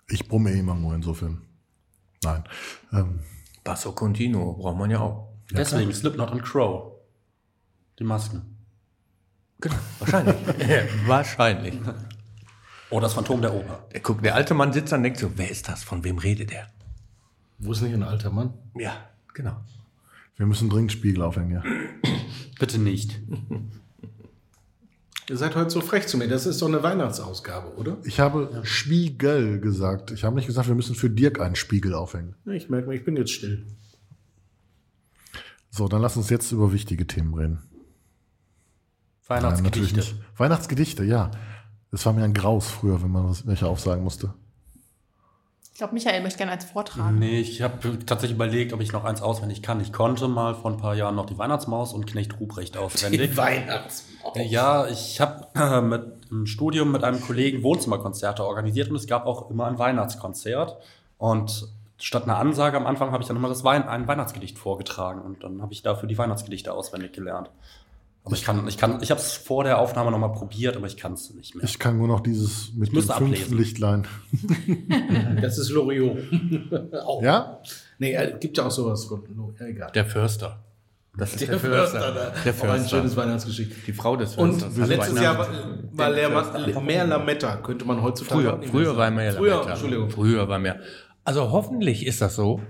Ich brumme eh immer nur insofern. Nein. Ähm, Basso Continuo braucht man ja auch. Deswegen Slipknot und Crow. Die Masken. Wahrscheinlich. Wahrscheinlich. Oh, das Phantom der Oper. Der, guckt, der alte Mann sitzt da und denkt so, wer ist das? Von wem redet der? Wo ist nicht ein alter Mann? Ja, genau. Wir müssen dringend Spiegel aufhängen, ja. Bitte nicht. Ihr seid heute so frech zu mir. Das ist doch eine Weihnachtsausgabe, oder? Ich habe Spiegel gesagt. Ich habe nicht gesagt, wir müssen für Dirk einen Spiegel aufhängen. Ich merke mal, ich bin jetzt still. So, dann lass uns jetzt über wichtige Themen reden. Nein, natürlich Weihnachtsgedichte. nicht. Weihnachtsgedichte, ja. Das war mir ein Graus früher, wenn man was, welche aufsagen musste. Ich glaube, Michael möchte gerne eins vortragen. Nee, ich habe tatsächlich überlegt, ob ich noch eins auswendig kann. Ich konnte mal vor ein paar Jahren noch die Weihnachtsmaus und Knecht Ruprecht auswendig. Weihnachtsmaus. Äh, Ja, ich habe äh, mit im Studium mit einem Kollegen Wohnzimmerkonzerte organisiert und es gab auch immer ein Weihnachtskonzert. Und statt einer Ansage am Anfang habe ich dann immer das Wein ein Weihnachtsgedicht vorgetragen und dann habe ich dafür die Weihnachtsgedichte auswendig gelernt. Aber ich kann, ich kann, ich habe es vor der Aufnahme nochmal probiert, aber ich kann es nicht mehr. Ich kann nur noch dieses mit dem müsste fünften ablesen. Lichtlein. Das ist Loriot. Auch. Ja? Nee, äh, gibt ja auch sowas von. No, ja, egal. Der Förster. Das ist der, Förster. Der Der Förster. Auch ein schönes Förster. Weihnachtsgeschick. Die Frau des Und Försters. hat letztes Weihnachten. Jahr war, war Lehr- mehr Lametta, könnte man heutzutage auch Früher, nicht mehr früher sagen. war mehr. Früher, Lametta. Entschuldigung. Früher war mehr. Also hoffentlich ist das so,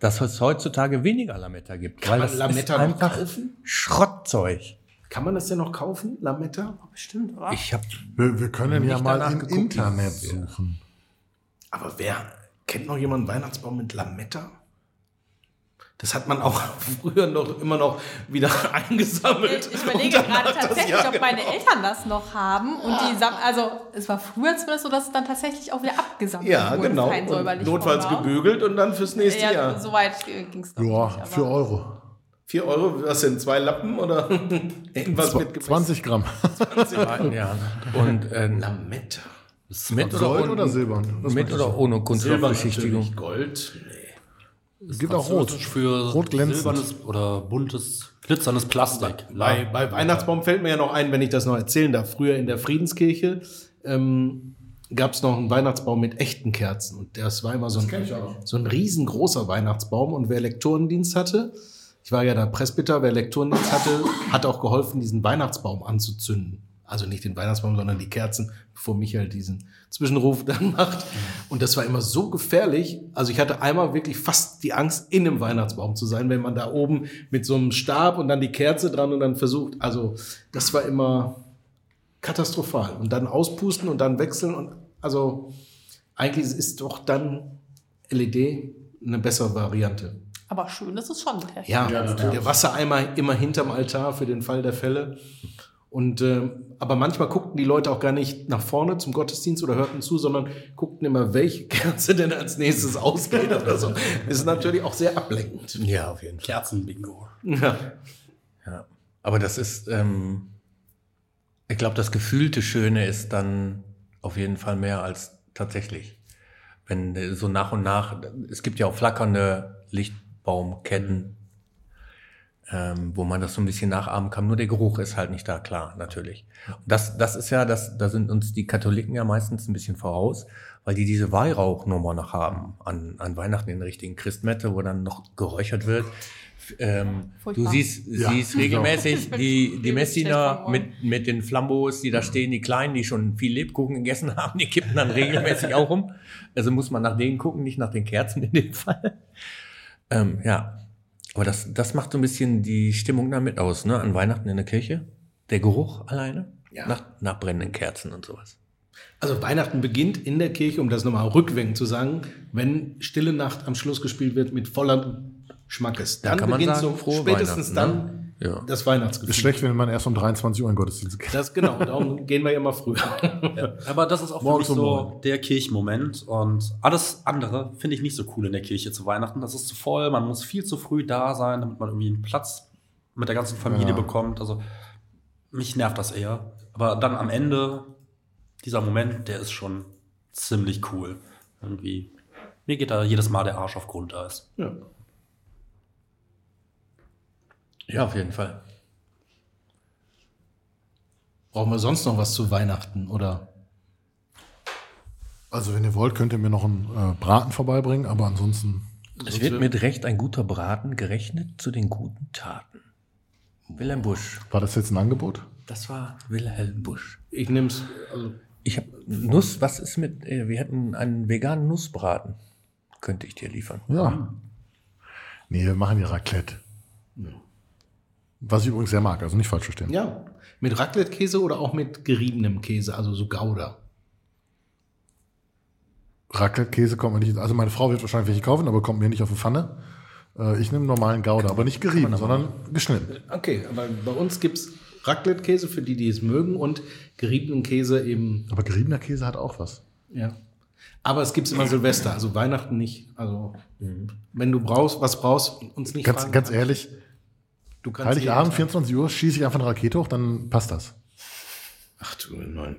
dass es heutzutage weniger Lametta gibt. weil man das Lametta ist noch einfach kaufen? Schrottzeug. Kann man das denn noch kaufen, Lametta? Bestimmt, oder? Ich habe Wir, wir können ja Nicht mal danach im geguckt. Internet suchen. Aber wer kennt noch jemanden Weihnachtsbaum mit Lametta? Das hat man auch früher noch immer noch wieder eingesammelt. Äh, Ich überlege Und dann gerade hat das tatsächlich, Jahr ob meine gebraucht. Ah. Eltern das noch haben. Und die sam also es war früher zumindest so, dass es dann tatsächlich auch wieder abgesammelt Ja, wurde. genau. Rein Und säuberlich notfalls vom Bau. gebügelt und dann fürs nächste Ja, Jahr. so weit äh, ging es Ja, 4 Euro. Vier Euro, was denn? Zwei Lappen oder irgendwas Zwa- mit 20 Gramm. ja. Und ähm, Lametta. mit oder, Gold ohne- oder silbern? Das mit möchte ich oder ohne Silber Kunststoffbeschichtigung? natürlich, Gold. Nee. Es gibt auch Rot. für Rot glänzend. silbernes oder buntes, glitzerndes Plastik. Bei, bei Weihnachtsbaum fällt mir ja noch ein, wenn ich das noch erzählen darf. Früher in der Friedenskirche ähm, gab es noch einen Weihnachtsbaum mit echten Kerzen. Und das war immer so ein, so ein riesengroßer Weihnachtsbaum. Und wer Lektorendienst hatte, ich war ja da Presbyter, wer Lektorendienst hatte, hat auch geholfen, diesen Weihnachtsbaum anzuzünden. Also nicht den Weihnachtsbaum, sondern die Kerzen, bevor Michael diesen Zwischenruf dann macht. Und das war immer so gefährlich. Also ich hatte einmal wirklich fast die Angst, in einem Weihnachtsbaum zu sein, wenn man da oben mit so einem Stab und dann die Kerze dran und dann versucht. Also das war immer katastrophal. Und dann auspusten und dann wechseln. Und also eigentlich ist doch dann LED eine bessere Variante. Aber schön ist es schon. Pech. Ja, der Wassereimer immer hinterm Altar für den Fall der Fälle. Und ähm, aber manchmal guckten die Leute auch gar nicht nach vorne zum Gottesdienst oder hörten zu, sondern guckten immer, welche Kerze denn als nächstes ausgeht oder so. Ist natürlich auch sehr ablenkend. Ja, auf jeden Fall. Kerzenbingo. Ja. Ja. Aber das ist, ähm, ich glaube, das gefühlte Schöne ist dann auf jeden Fall mehr als tatsächlich. Wenn äh, so nach und nach, es gibt ja auch flackernde Lichtbaumketten, ähm, wo man das so ein bisschen nachahmen kann. Nur der Geruch ist halt nicht da, klar, natürlich. Und das, das ist ja, das, da sind uns die Katholiken ja meistens ein bisschen voraus, weil die diese Weihrauchnummer noch haben an, an Weihnachten in der richtigen Christmette, wo dann noch geräuchert wird. F- Ähm, du Furchtbar. siehst, Ja, siehst genau. regelmäßig die, die Ich bin schlecht Messiner geworden. mit, mit den Flambos, die da stehen, die Kleinen, die schon viel Lebkuchen gegessen haben, die kippen dann regelmäßig auch um. Also muss man nach denen gucken, nicht nach den Kerzen in dem Fall. Ähm, ja, aber das, das macht so ein bisschen die Stimmung damit aus, ne? An Weihnachten in der Kirche. Der Geruch alleine. Ja. Nach, nach brennenden Kerzen und sowas. Also Weihnachten beginnt in der Kirche, um das nochmal rückwängend zu sagen, wenn Stille Nacht am Schluss gespielt wird mit voller Schmackes. Da Dann kann man beginnt sagen, so frohe spätestens Weihnachten, dann ne? Ja. das Ist Weihnachtsgefühl. schlecht, wenn man erst um 23 Uhr in den Gottesdienst geht. Das genau, darum gehen wir ja mal früher. Aber das ist auch für Morgens mich um so neun. der Kirchmoment. Und alles andere finde ich nicht so cool in der Kirche zu Weihnachten. Das ist zu voll, man muss viel zu früh da sein, damit man irgendwie einen Platz mit der ganzen Familie Ja. bekommt. Also mich nervt das eher. Aber dann am Ende, dieser Moment, der ist schon ziemlich cool. Irgendwie. Mir geht da jedes Mal der Arsch auf Grundeis. Ja. Ja, auf jeden Fall. Brauchen wir sonst noch was zu Weihnachten oder? Also, wenn ihr wollt, könnt ihr mir noch einen äh, Braten vorbeibringen, aber ansonsten. Es wird mit Recht ein guter Braten gerechnet zu den guten Taten. Wilhelm Busch. War das jetzt ein Angebot? Das war Wilhelm Busch. Ich nehme es. Also, Ich habe Nuss, was ist mit, äh, wir hätten einen veganen Nussbraten. Könnte ich dir liefern. Ja. Nee, wir machen hier Raclette. Was ich übrigens sehr mag, also nicht falsch verstehen. ja. Mit Raclette-Käse oder auch mit geriebenem Käse, also so Gouda. Raclette-Käse kommt mir nicht. Also meine Frau wird wahrscheinlich welche kaufen, aber kommt mir nicht auf die Pfanne. Äh, ich nehme normalen Gouda, aber nicht gerieben, sondern geschnitten. Okay, aber bei uns gibt es Raclette-Käse für die, die es mögen und geriebenen Käse eben. Aber geriebener Käse hat auch was. Ja. Aber es gibt es immer Silvester, also Weihnachten nicht. Also, wenn du brauchst, was brauchst, uns nicht Mhm. Ganz, fragen. ganz ehrlich, du kannst Heiligabend, jeden Tag- 24 Uhr, schieße ich einfach eine Rakete hoch, dann passt das. Ach du, nein.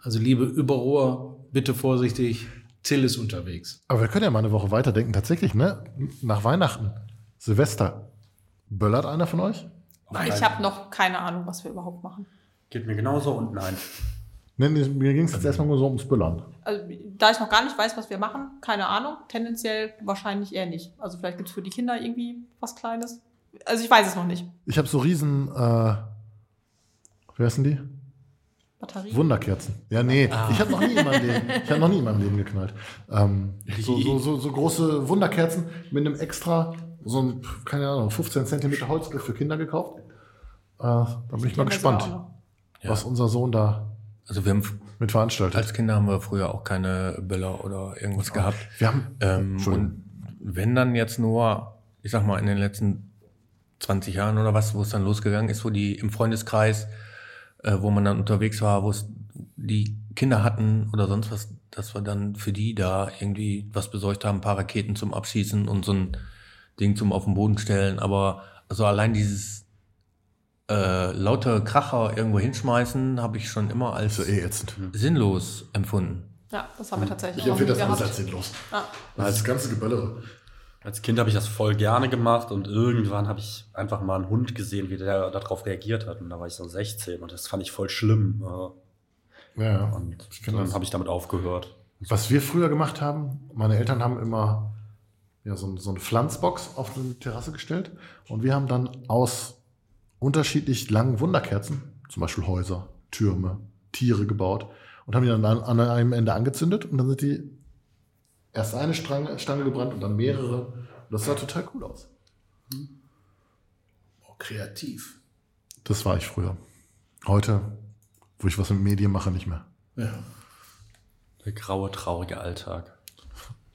Also, liebe Überrohr, bitte vorsichtig. Till ist unterwegs. Aber wir können ja mal eine Woche weiterdenken, tatsächlich, ne? Nach Weihnachten, Silvester. Böllert einer von euch? Ich habe noch keine Ahnung, was wir überhaupt machen. Geht mir genauso und nein. Nee, nee, mir ging es jetzt erstmal nur so ums Böllern. Also, da ich noch gar nicht weiß, was wir machen, keine Ahnung. Tendenziell wahrscheinlich eher nicht. Also vielleicht gibt es für die Kinder irgendwie was Kleines. Also ich weiß es noch nicht. Ich habe so riesen, äh, wer sind die? Batterie. Wunderkerzen. Ja, nee, ich habe noch nie in meinem Leben, ich habe noch nie in meinem Leben geknallt. Ähm, so, so, so, so große Wunderkerzen mit einem extra, so ein, keine Ahnung, 15 Zentimeter Holzgriff für Kinder gekauft. Äh, da bin ich mal Die haben wir sogar gespannt, auch noch. was unser Sohn da Also wir haben, mit veranstaltet. als Kinder haben wir früher auch keine Böller oder irgendwas gehabt. wir haben, Ähm, Entschuldigung. und wenn dann jetzt nur, ich sag mal, in den letzten 20 Jahren oder was, wo es dann losgegangen ist, wo die im Freundeskreis, äh, wo man dann unterwegs war, wo es die Kinder hatten oder sonst was, dass wir dann für die da irgendwie was besorgt haben, ein paar Raketen zum Abschießen und so ein Ding zum auf den Boden stellen. Aber also allein dieses äh, laute Kracher irgendwo hinschmeißen, habe ich schon immer als ist ja eh ätzend. sinnlos empfunden. Ja, das haben wir tatsächlich Hm. Ich noch nie empfinde das gehabt. alles als sinnlos. Ah. Das ganze Geböllere. Als Kind habe ich das voll gerne gemacht und irgendwann habe ich einfach mal einen Hund gesehen, wie der darauf reagiert hat. Und da war ich so 16 und das fand ich voll schlimm. äh, Ja, Und ich kenn dann das. habe ich damit aufgehört. Was wir früher gemacht haben, meine Eltern haben immer ja, so, ein- so eine Pflanzbox auf eine Terrasse gestellt und wir haben dann aus unterschiedlich langen Wunderkerzen, zum Beispiel Häuser, Türme, Tiere gebaut und haben die dann an, an einem Ende angezündet und dann sind die erst eine Strange, Stange gebrannt und dann mehrere. Und das sah total cool aus. Oh, kreativ. Das war ich früher. Heute, wo ich was mit Medien mache, nicht mehr. Ja. Der graue, traurige Alltag.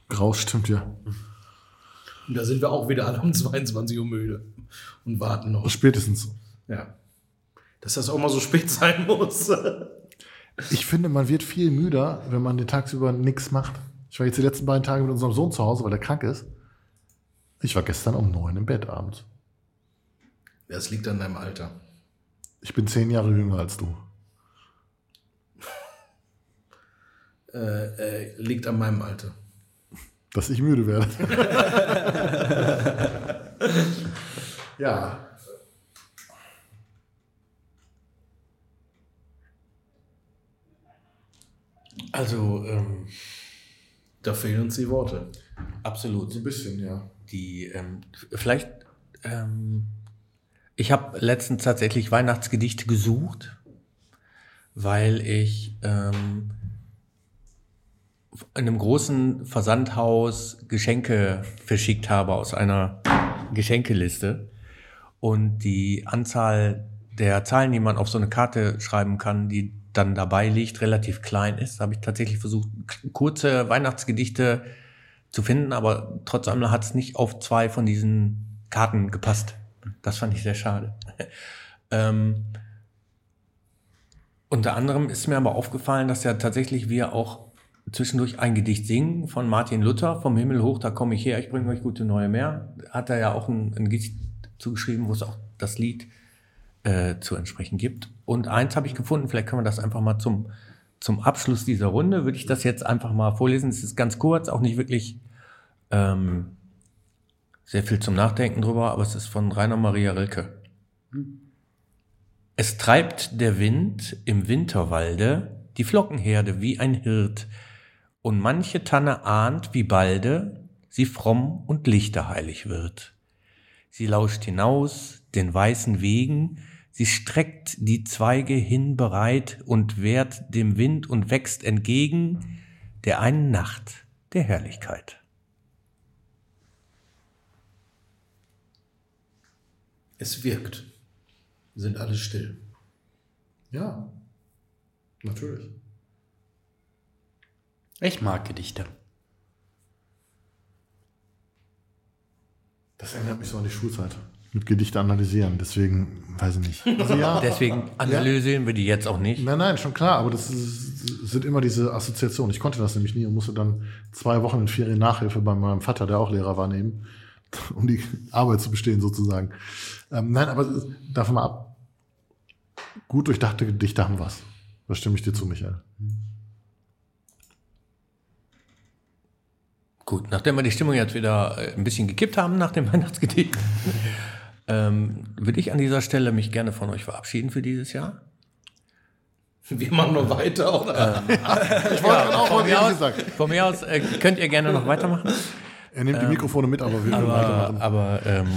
Grau stimmt ja. Und da sind wir auch wieder alle um 22 Uhr müde und warten noch. Spätestens. Ja. Dass das auch mal so spät sein muss. Ich finde, man wird viel müder, wenn man den tagsüber nichts macht. Ich war jetzt die letzten beiden Tage mit unserem Sohn zu Hause, weil er krank ist. Ich war gestern um neun im Bett abends. Das liegt an deinem Alter. Ich bin zehn Jahre jünger als du. Äh, äh, liegt an meinem Alter. Dass ich müde werde. ja. Also ähm, Da fehlen uns die Worte. absolut. ein bisschen, ja. die ähm, vielleicht ähm, ich habe letztens tatsächlich Weihnachtsgedichte gesucht, weil ich ähm, in einem großen Versandhaus Geschenke verschickt habe aus einer Geschenkeliste und die Anzahl der Zahlen, die man auf so eine Karte schreiben kann, die dann dabei liegt, relativ klein ist. Da habe ich tatsächlich versucht, k- kurze Weihnachtsgedichte zu finden, aber trotz allem hat es nicht auf zwei von diesen Karten gepasst. Das fand ich sehr schade. ähm, unter anderem ist mir aber aufgefallen, dass ja tatsächlich wir auch zwischendurch ein Gedicht singen von Martin Luther, vom Himmel hoch, da komme ich her, ich bringe euch gute neue Meer. Hat er ja auch ein, ein Gedicht zugeschrieben, wo es auch das Lied äh, zu entsprechen gibt. Und eins habe ich gefunden, vielleicht können wir das einfach mal zum, zum Abschluss dieser Runde, würde ich das jetzt einfach mal vorlesen. Es ist ganz kurz, auch nicht wirklich ähm, sehr viel zum Nachdenken drüber, aber es ist von Rainer Maria Rilke. Es treibt der Wind im Winterwalde die Flockenherde wie ein Hirt, und manche Tanne ahnt, wie balde sie fromm und lichterheilig wird. Sie lauscht hinaus den weißen Wegen. Sie streckt die Zweige hin bereit und wehrt dem Wind und wächst entgegen der einen Nacht der Herrlichkeit. Es wirkt. Wir sind alle still. Ja, natürlich. Ich mag Gedichte. Das erinnert mich so an die Schulzeit. Mit Gedichte analysieren, deswegen weiß ich nicht. Also ja, Deswegen analysieren wir die jetzt auch nicht. Nein, nein, schon klar, aber das ist, sind immer diese Assoziationen. Ich konnte das nämlich nie und musste dann zwei Wochen in Ferien Nachhilfe bei meinem Vater, der auch Lehrer war, nehmen, um die Arbeit zu bestehen sozusagen. Ähm, nein, aber es ist- davon mal ab. Gut durchdachte Gedichte haben was. Da stimme ich dir zu, Michael. Gut, nachdem wir die Stimmung jetzt wieder äh, ein bisschen gekippt haben nach dem Weihnachtsgedicht, ähm, würde ich an dieser Stelle mich gerne von euch verabschieden für dieses Jahr. Wir machen noch weiter, oder? Ich wollte gerade auch von, mal mir eben aus, gesagt. von mir aus äh, könnt ihr gerne noch weitermachen. Er nimmt die Mikrofone mit, aber wir können Ähm, Aber, weitermachen. aber ähm,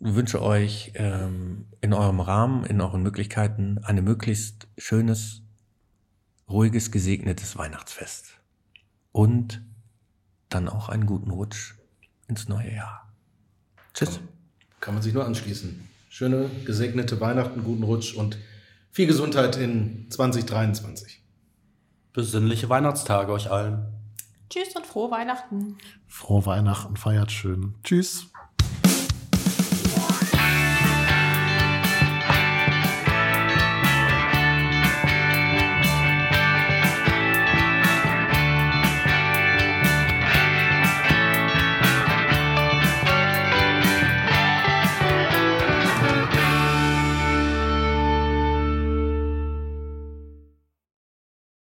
wünsche euch ähm, in eurem Rahmen, in euren Möglichkeiten ein möglichst schönes, ruhiges, gesegnetes Weihnachtsfest. Und dann auch einen guten Rutsch ins neue Jahr. Tschüss. Kann man sich nur anschließen. Schöne, gesegnete Weihnachten, guten Rutsch und viel Gesundheit in 2023. Besinnliche Weihnachtstage euch allen. Tschüss und frohe Weihnachten. Frohe Weihnachten, feiert schön. Tschüss.